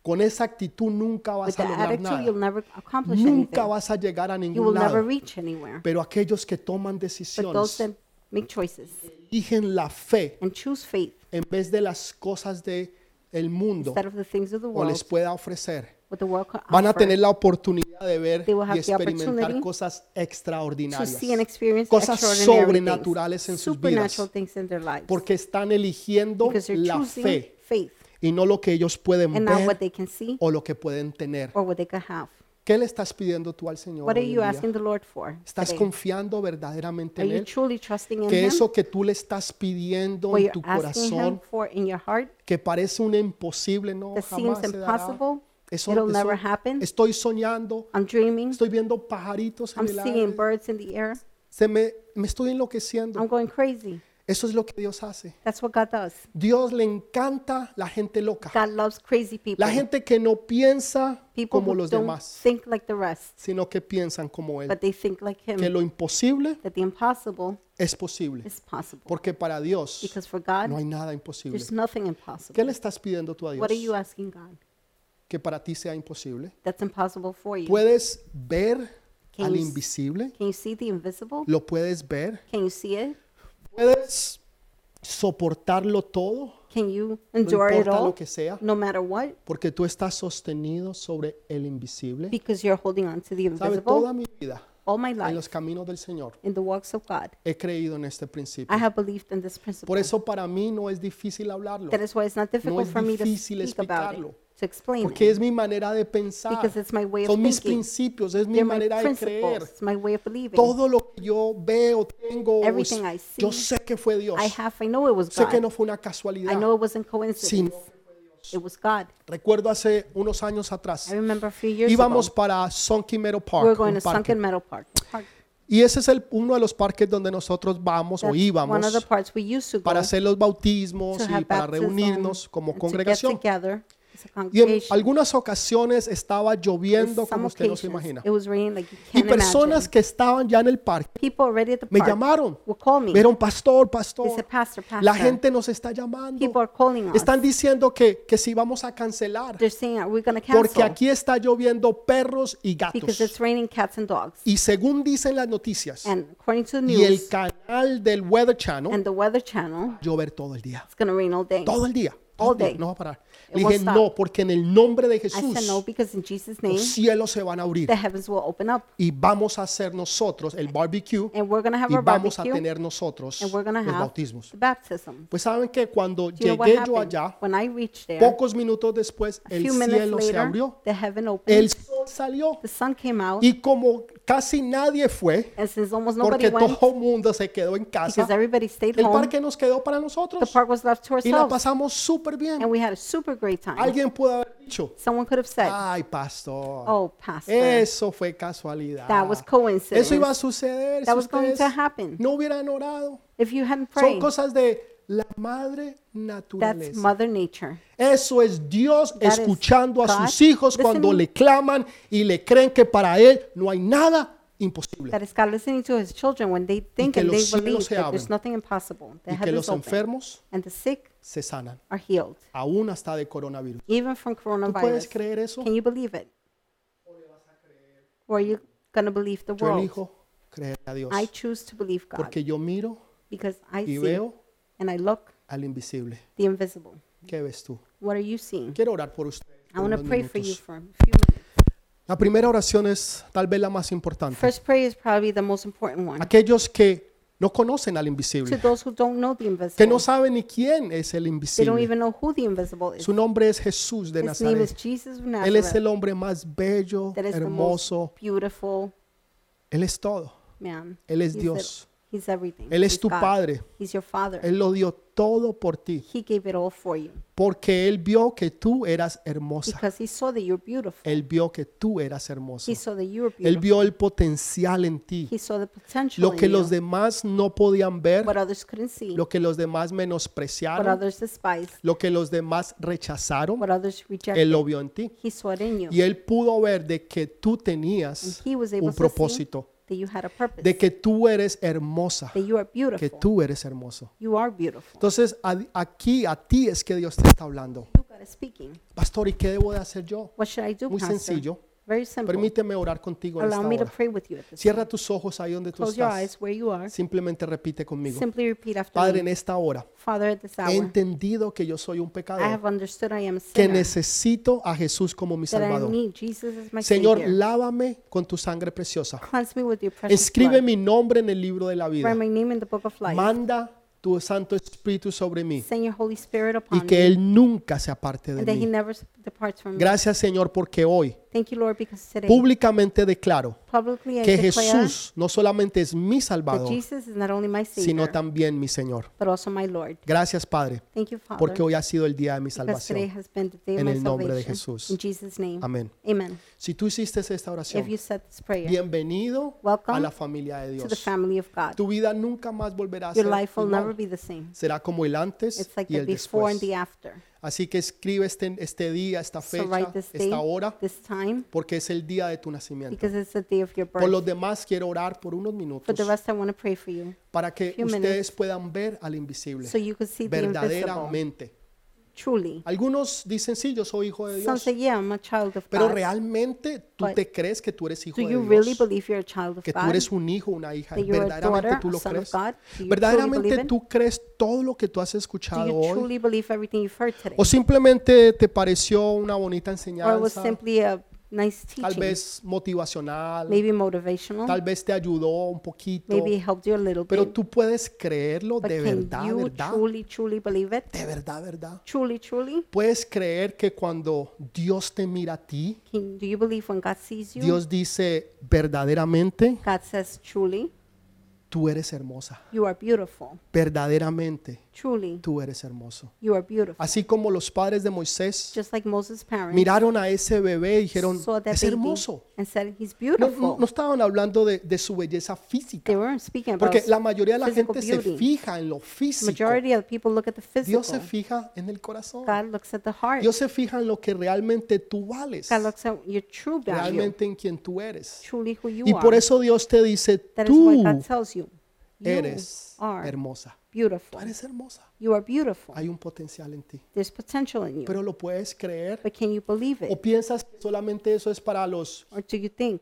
Con esa actitud nunca With vas a that lograr attitude, you'll nada. never accomplish Nunca anything. vas a llegar a You will ningún never lado. reach anywhere. Pero aquellos que toman But those decisiones, that make choices eligen la fe and choose faith en vez de las cosas de el mundo instead of the things of the o les world, pueda ofrecer, what the world can van a offer, tener la oportunidad de ver They will have y the experimentar opportunity cosas to extraordinarias, see and experience cosas extraordinary sobrenaturales things, en sus vidas, supernatural things in their lives, porque están eligiendo because they're la choosing fe faith y no lo que ellos pueden and not what ver they can see o lo que pueden tener. or what they can have. ¿Qué le estás pidiendo tú al Señor? What are hoy en you día? asking the Lord for? ¿Estás today? confiando verdaderamente Are en you Él? truly trusting in Que Him? eso que tú le estás pidiendo what en you're tu asking Him corazón, for in your heart que parece un imposible, no that seems jamás se dará, impossible, Eso, It'll eso- never happen. estoy soñando, I'm dreaming. estoy viendo pajaritos I'm en el seeing aire. birds in the air. Se me, me estoy enloqueciendo. I'm going crazy. Eso es lo que Dios hace. That's what God does. Dios le encanta la gente loca. God loves crazy people. La gente que no piensa people como who los don't demás, think like the rest, sino que piensan como Él. but they think like Him. Que lo imposible that the impossible es posible. is possible. Porque para Dios Because for God, no hay nada imposible. there's nothing impossible. ¿Qué le estás pidiendo tú a Dios? What are you asking God? Que para ti sea imposible. That's impossible for you. ¿Puedes ver Can al you s- invisible? Can you see the invisible? ¿Lo puedes ver? Can you see it? ¿Puedes soportarlo todo? Can you No endure it importa lo all? que sea. No matter what, Porque tú estás sostenido sobre el invisible. because you're holding on to the ¿Sabe? Toda invisible mi vida all my en life los caminos del Señor in the works of God. he creído en este principio. I have believed in this principle. Por eso para mí no es difícil hablarlo. That is why it's not difficult es for me to difícil speak about it, explicarlo. to explain Porque it, es mi manera de pensar. because it's my way of Son mis thinking. principios, es mi They're my manera de creer. principles, it's my way of believing. Todo lo que yo veo, tengo, es- Everything I see, yo sé que fue Dios. I have, I know it was Sé que God. no fue una I casualidad. know it wasn't coincidence. It was God. Recuerdo hace unos años I atrás, remember a few years íbamos ago, para Sunken Meadow Park, we were going un to parque. Sunken Meadow Park. Park. y ese es el, uno de los parques donde nosotros vamos That's o one of the íbamos parts we used to go para hacer los bautismos to y have para baptism reunirnos como and to get congregación. together as Y a en congregation. algunas ocasiones estaba In lloviendo some como usted no se occasions, imagina. It was raining like you Y can't personas imagine. que estaban ya en el parque People already at the me park llamaron. will call me. Me dijeron, pastor, They pastor, said, Pastor, Pastor, la gente nos está llamando. people are calling us. Están diciendo que, que si vamos a cancelar, They're saying, are we going to cancel? porque aquí está lloviendo perros y because gatos. it's raining cats and dogs. Y según dicen las noticias And according to the y el news canal del Weather Channel, and the Weather Channel, llover todo el día. it's going to rain all day. Todo el día. todo All el día, day. No va a parar. It Le won't dije, stop. no, porque en el nombre de I Jesús Oh, said no because in Jesus' name, los cielos se van a abrir the heavens will open up y vamos a hacer nosotros el barbecue and we're going to have y our vamos a barbecue tener nosotros and we're going to los have bautismos. the baptism. Pues saben que cuando Do you know what llegué yo happened? allá, when I reached there, pocos minutos después a el few minutes cielo se later, abrió, the heaven opened, el sol salió the sun came out, y como casi nadie fue, and since almost porque nobody went, todo el mundo se quedó en casa, because everybody stayed el home, parque nos quedó para the nosotros park was left to y la ourselves, pasamos súper bien. and we had a super great time. Alguien Ah, pudo haber dicho, Someone could have said, ay pastor, oh, pastor, eso fue casualidad. that was Eso iba a coincidence. suceder si That was going ustedes to happen. no hubieran orado. If you hadn't Son prayed, cosas de la madre that's naturaleza. Mother Nature. Eso es Dios is escuchando a God sus hijos cuando listening. le claman y le creen que para Él no hay nada imposible. That is God listening to his children when they think que and they los cielos believe se that there's abren. nothing impossible. The Y que heavens los open enfermos and the sick se sanan, are healed, aún hasta de coronavirus. even from ¿Tú puedes coronavirus. creer eso? Can you believe it? Or are you going to believe the Yo world? elijo creer a Dios I choose to believe God porque yo miro because I y see veo and I look al invisible. the invisible. ¿Qué ves tú? What are you seeing? Quiero orar por usted. I want to unos pray for you minutos. for a few minutes. La primera oración es tal vez la más importante. First prayer is probably the most important one. Aquellos que no conocen al To invisible, those who don't know the que no invisible, saben ni quién es el they don't invisible. even know who the invisible is. Su nombre es Jesús de His name is Nazaret. Jesus of Él es Nazareth. el hombre más bello, That is the most hermoso. beautiful Él es todo. man. Él es He's the- Dios. He's everything. Él He's es tu God. Padre. He's your father. Él lo dio todo por ti, he gave it all for you porque Él vio que tú eras hermosa. because he saw that you're beautiful. Él vio que tú eras hermoso. He saw that you were Él beautiful. vio el potencial en ti. He saw the potential Lo que in you, los demás no podían ver, what others couldn't see, lo que los demás what menospreciaron, others despised, lo que los demás rechazaron, what others rejected. Él lo vio en ti. he saw it in you. Y Él pudo ver de que tú and tenías he was able un to see propósito, that you had a purpose, de que tú eres hermosa, that you are que beautiful. tú eres hermoso. you are beautiful. Entonces, a- aquí a ti es que Dios te está hablando. You God is speaking. Pastor, ¿y qué debo de hacer yo? What should I do, Muy Pastor? sencillo. Very simple. Permíteme orar contigo en esta Allow me to hora. pray with you at this Cierra tus ojos ahí donde tú Close your estás. eyes where you are. Simplemente repite conmigo. Simply repeat after Padre, en me. esta hora Father, at this hour, he entendido que yo soy un I pecador, have understood I am a que sinner, necesito a Jesús como mi that I Salvador. need Jesus as my Señor, Savior. lávame con tu sangre preciosa. Cleanse me with your precious Escribe blood. mi nombre en el libro de la vida. Write my name in the book of life. Manda tu Santo Espíritu sobre mí Send your Holy Spirit y upon que me, Él nunca se aparte and de that He mí. never s- departs from me. Gracias Señor porque hoy Thank you, Lord, because today Públicamente declaro publicly I que declare Jesús no solamente es mi that Salvador, Jesus is not only my sino Savior, también mi Señor. but also my Lord. Gracias, Padre, Thank you, porque Father, hoy ha sido el día de mi because today salvación. has been the day of En my el nombre de salvation. Jesús. In Jesus' name. Amén. Amen. Si tú hiciste esta If you oración, said this prayer bienvenido Welcome a la familia de to the Dios. family of God, Tu vida nunca más volverá a your ser life will igual. never be the same. Será como el antes It's like y the el después. before and the after. Así que escribe este, este día, esta So fecha, write this day, esta hora, this time, porque es el día de tu nacimiento. because it's the day of your Por birth. los demás quiero orar por unos For the minutos rest, I want to pray for you, para que few ustedes minutes. puedan ver al invisible so you could see the invisible. verdaderamente. Truly. Algunos dicen, sí, yo soy hijo de Some Dios, say, yeah, I'm a child of pero God. realmente tú But te crees que tú eres hijo Do de you really Dios, believe you're a child of que tú God? eres un hijo, una hija. That you're a ¿Verdaderamente daughter, tú a lo son of crees? God? Do you truly believe ¿Verdaderamente it? Do tú crees todo lo que tú has you escuchado hoy? truly believe everything you've heard today? ¿O simplemente te pareció una bonita Or it was enseñanza? simply a nice Tal teaching, vez motivacional, maybe motivational, tal vez te ayudó un poquito, maybe it helped you a little pero bit. tú puedes creerlo But de can verdad, you verdad, truly, truly believe it? de verdad, verdad. Truly, truly? Puedes creer que cuando Dios te mira a ti, Can, do you believe when God sees you? Dios dice verdaderamente, God says, truly, tú eres hermosa, you are beautiful. verdaderamente, Truly, tú eres hermoso. you are beautiful. Así como los padres de Moisés Just like Moses' parents miraron a ese bebé y dijeron, saw that es baby hermoso. and said, he's No, no- beautiful. no estaban hablando de, de su belleza They física, weren't speaking about porque la mayoría de la physical gente se beauty. fija en lo físico. Majority of people look at the Dios se physical. fija en el corazón. God looks at the heart. Dios se fija en lo que realmente tú vales, God looks at your true value, realmente en quien tú eres. truly who you Y por are. eso Dios te dice, That is what tú God tells you. You eres are hermosa. Tú beautiful. eres hermosa. You are beautiful. Hay un potencial en ti. There's potential in you. Pero lo puedes creer But can you believe o it? piensas que solamente eso es para los Or do you think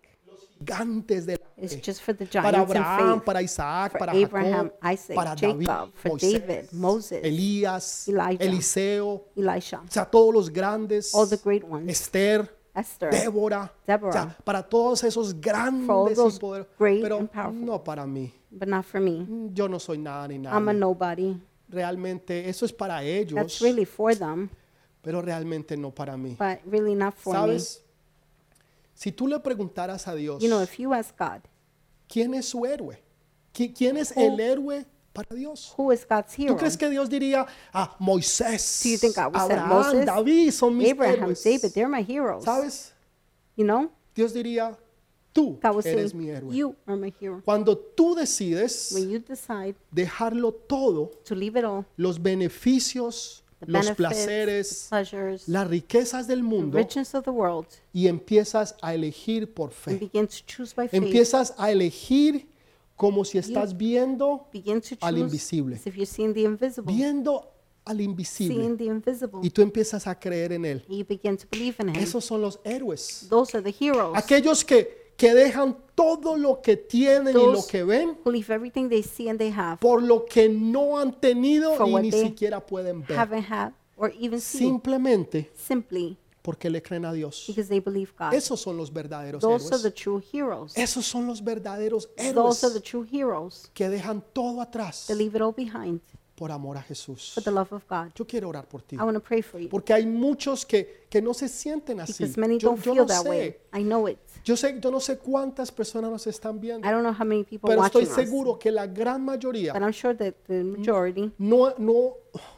gigantes de la it's fe. just for the Eh, Para giants in Abraham, faith? para Isaac, for para Abraham, Jacob, Isaac, para David, Jacob, for David, Moisés, Moses, Elías, Elijah, Eliseo, o Elisha, sea, todos los grandes, all the great ones, Esther, Esther, Débora, o sea, Deborah, para todos esos grandes y those poderosos, great pero and powerful. no para mí. but not for me. Yo no soy nada ni I'm a nada. nobody. Realmente eso es para ellos, That's really for them, pero realmente no para mí. but really not for me. ¿Sabes? Si tú le preguntaras a Dios, You know, if you ask God, ¿quién es su héroe? ¿Qui- ¿Quién es el héroe para Dios? who is God's hero? ¿Tú crees que Dios diría a Moisés, Do you think I would say Abraham, Moses, David son mis Abraham, héroes? David, they're my heroes. ¿Sabes? You know, Dios diría, tú God was eres mi saying, héroe. you are my hero. Cuando tú decides When you decide dejarlo todo, to leave it all, los beneficios, the los benefits, the placeres, pleasures, las riquezas del the mundo riches of the world, y empiezas a elegir por and fe. begin to choose by faith, Empiezas a elegir como si estás viendo, begin to al choose invisible. as if you're seeing the invisible, viendo al invisible seeing the invisible, y tú empiezas a creer en él. and you begin to believe in him. Esos son los héroes. Those are the heroes Aquellos que, que dejan todo lo que tienen y lo Those- que ven who leave everything they see and they have, por lo que no han tenido For y what ni they siquiera pueden ver. haven't had, or even seen, Simplemente simply porque le creen a Dios. because they believe God. Esos son los verdaderos Those are the héroes. true heroes. Esos son los verdaderos Those are the héroes true heroes. que dejan todo atrás They leave it all behind por amor a Jesús. for the love of God. Yo quiero orar por ti. I want to pray for you Porque hay muchos que, que no se sienten así. because many Yo, don't yo feel no that way. sé. I know it. Yo sé, yo no sé cuántas personas nos están viendo, I don't know how many people pero watching estoy us, seguro Mm-hmm. que la gran but mayoría I'm sure that the majority no, no,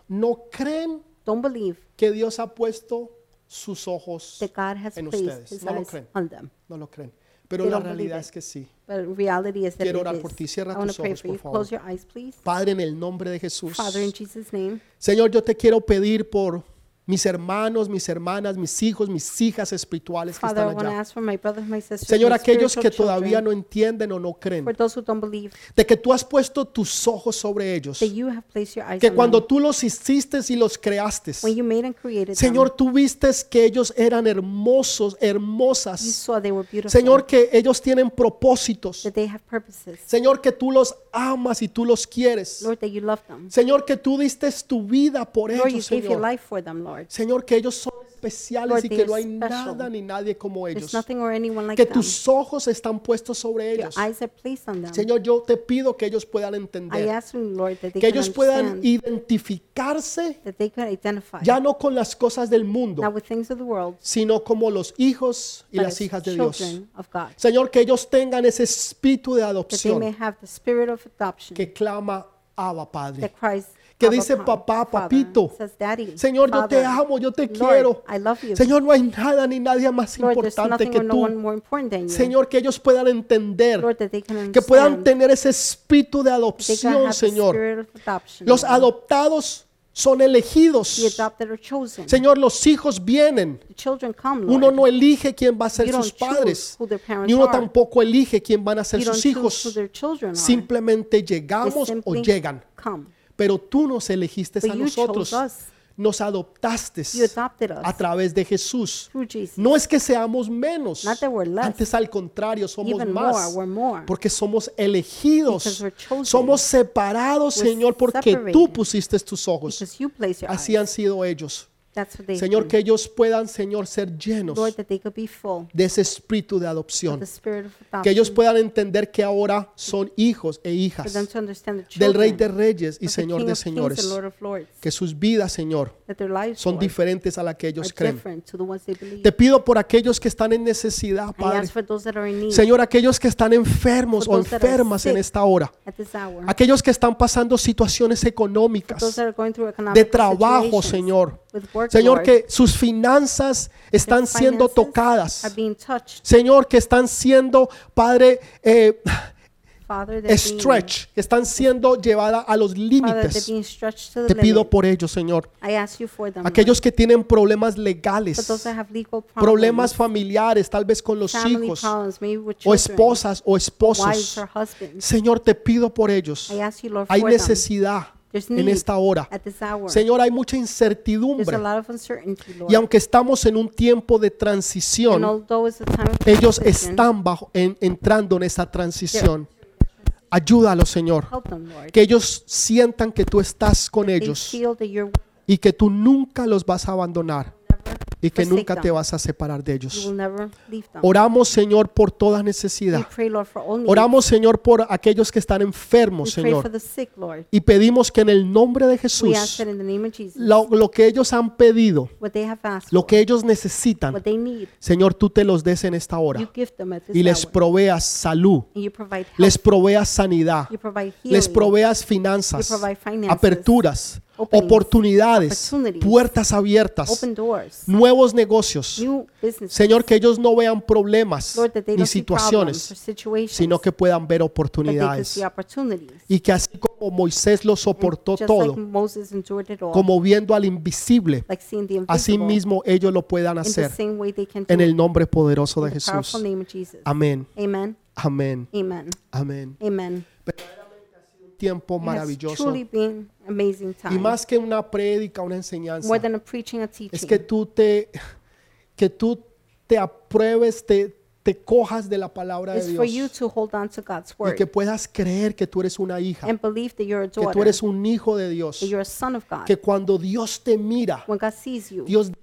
no creen don't believe que Dios ha puesto sus ojos, that God has En placed ustedes. His No lo eyes creen. on them. no lo creen. Pero They la don't believe realidad it. es que sí. But reality is that Quiero it orar is. por ti. Cierra I want tus to pray ojos, for por you. favor. Close your eyes, please. Padre, en el nombre de Jesús. Father, in Jesus' name, Señor, yo te quiero pedir por mis hermanos, mis hermanas, mis hijos, mis hijas espirituales que Father, I están want to allá. ask for my brothers, my sisters, Señor, my aquellos spiritual que todavía children, no entienden o no creen, for those who don't believe de que tú has puesto tus ojos sobre ellos, that you have placed your eyes que on cuando them. tú los hiciste y los creaste, When you made and created Señor, them, tú vistes que ellos eran hermosos, you hermosas. saw they were beautiful, Señor, que ellos tienen propósitos. that they have purposes. Señor, que tú los amas y tú los quieres. Lord, that you love them. Señor, que tú diste tu vida por Lord, you ellos, gave your Señor. life for them, Lord. Señor, que ellos son especiales Lord, y they que are no hay special. nada ni nadie como ellos. There's nothing or anyone like Que them. tus ojos están puestos sobre Your ellos. eyes are placed on them. Señor, yo te pido que ellos puedan I entender, ask you, Lord, that they que can ellos puedan understand, identificarse that they can identify, ya no con las cosas del not mundo, with things of the world, sino como los hijos y but las as hijas de Dios. children of God, Señor, que ellos tengan ese espíritu de that they may adopción have the spirit of adoption que clama Abba Padre. that Christ Que Abba dice, Pa- "Papá, Father," papito. says, Daddy, Señor, yo te Father, amo, yo te Lord, quiero. I love you. Señor, no hay nada ni nadie más Lord, there's importante nothing que or no one tú. more important than you. Señor, que ellos puedan entender, Lord, that they can que puedan understand, tener ese espíritu de they can have adopción, the Señor. spirit of adoption. Los Lord. adoptados son The elegidos. adopted are chosen. Señor, los hijos vienen. The children come, Lord. Uno no elige quién va a ser You sus don't choose padres, who their parents ni uno are. tampoco elige quién van a ser you don't sus choose who hijos. their children are. Simplemente They llegamos o simply llegan. come. Pero tú nos elegiste But a you chose nosotros. us. Nos adoptaste You adopted us a través de Jesús. through Jesus. No es que seamos menos, Not that we're less. antes al contrario, somos Even más, more, we're more. porque somos elegidos, Because we're chosen. somos separados, We're Señor, porque tú separated. pusiste tus ojos. Because you place your Así han eyes. sido ellos. That's what they Señor, do. que ellos puedan, Señor, ser llenos Lord, that they could be full de ese espíritu de of adopción, the spirit of que adoption. ellos puedan entender que ahora son hijos e for them hijas to understand the del children Rey de Reyes y of the Señor King de of Kings and Señores, Lord of Lords. que sus vidas, Señor, That their lives son Lord, diferentes a la que are ellos creen. different to the ones they believe. Te pido por aquellos que están en necesidad, I Padre. ask for those that are in need Señor, aquellos que están enfermos o For those that are enfermas en sick. esta hora, at this hour. aquellos que están pasando situaciones Those económicas, that are going through economic de trabajo, situations Señor. with work, Señor, Lord. que sus finanzas están Their siendo finances tocadas. are being touched, Señor, que están siendo, Padre, eh, Father, they're being- stretch, que están siendo llevadas a los Father, they're límites. being stretched to the Te pido limit. por ellos, Señor. I ask you for them. Lord. Aquellos que tienen problemas But legales, those that have legal problemas problems, familiares, tal vez con los family hijos, problems, maybe with o children, esposas o wives esposos. or husbands. Señor, te pido por ellos. I ask you, Lord, Hay for them. necesidad There's en need esta hora. At this hour, Señor, hay mucha there's incertidumbre. a lot of uncertainty, Lord. Y aunque estamos en un tiempo de and transición, although it's a time of ellos transition, están bajo, en- entrando en esa transición. Ayúdalos, Señor. help them, Lord. Que ellos sientan que tú estás con they ellos feel that you're y que tú nunca los vas a abandonar never, y que forsake nunca te them. vas a separar de you will ellos. never leave them. Oramos, Señor, por toda we necesidad. pray, Lord, for all needs. Oramos, Señor, por aquellos que están we enfermos, pray for Señor. the sick, Lord. Y pedimos que en el nombre de We ask Jesús that in the name of Jesus, lo, lo que ellos han pedido, what they have asked lo for, que ellos necesitan, what they need, Señor, tú te los des en esta you hora give them at this y les hour. proveas salud, and you provide health, les proveas sanidad, you provide healing, les proveas finanzas, You provide finances, aperturas, openings, oportunidades, opportunities, puertas abiertas, open doors, nuevos negocios. new business. Señor, que ellos no vean problemas Lord, that they ni don't see problems or situaciones, situations, sino que puedan ver that they can see oportunidades. opportunities. Y que así como Moisés lo soportó Just todo, like Moses endured it all, como viendo al invisible, like seeing the así invisible, mismo ellos lo puedan in the hacer. same way they can do En it. el nombre poderoso de In the powerful Jesús. name of Jesus. Amén, Amen. amén, Amen. amén. Amen. Tiempo It has maravilloso. truly been amazing time. Y más que una prédica, una enseñanza, More than a preaching, a teaching. es que tú te, que tú te apruebes, te, te cojas de la palabra de it's for you Dios. to hold on to God's Y word que puedas creer que tú eres una hija, and believe that you're a que daughter, tú eres un hijo de Dios, that you're a son of God. que cuando Dios te mira, when God sees you, Dios dice,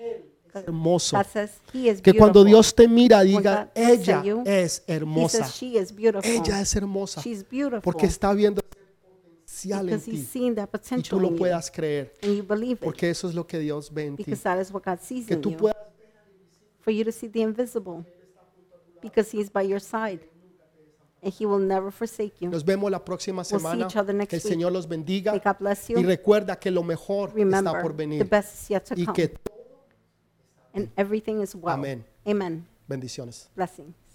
Él es hermoso, God says He is que cuando beautiful. Dios te mira When diga, God looks ella at you, es he hermosa, says she is beautiful. ella es hermosa, She's beautiful porque está viendo el potencial en because ti He's seeing that y potential tú lo in you, puedas creer, and you believe it porque eso es lo que Dios ve en ti, because that is what God sees que in tú you. puedas For you to see the invisible because He's by your side and He will never forsake you. Nos vemos la próxima see semana. each other next Que el week. Señor los bendiga. May God bless Y you. recuerda que lo mejor está Remember, por the venir. best is yet to Y come, que and everything is well. Amén. Amen. bendiciones. Blessings.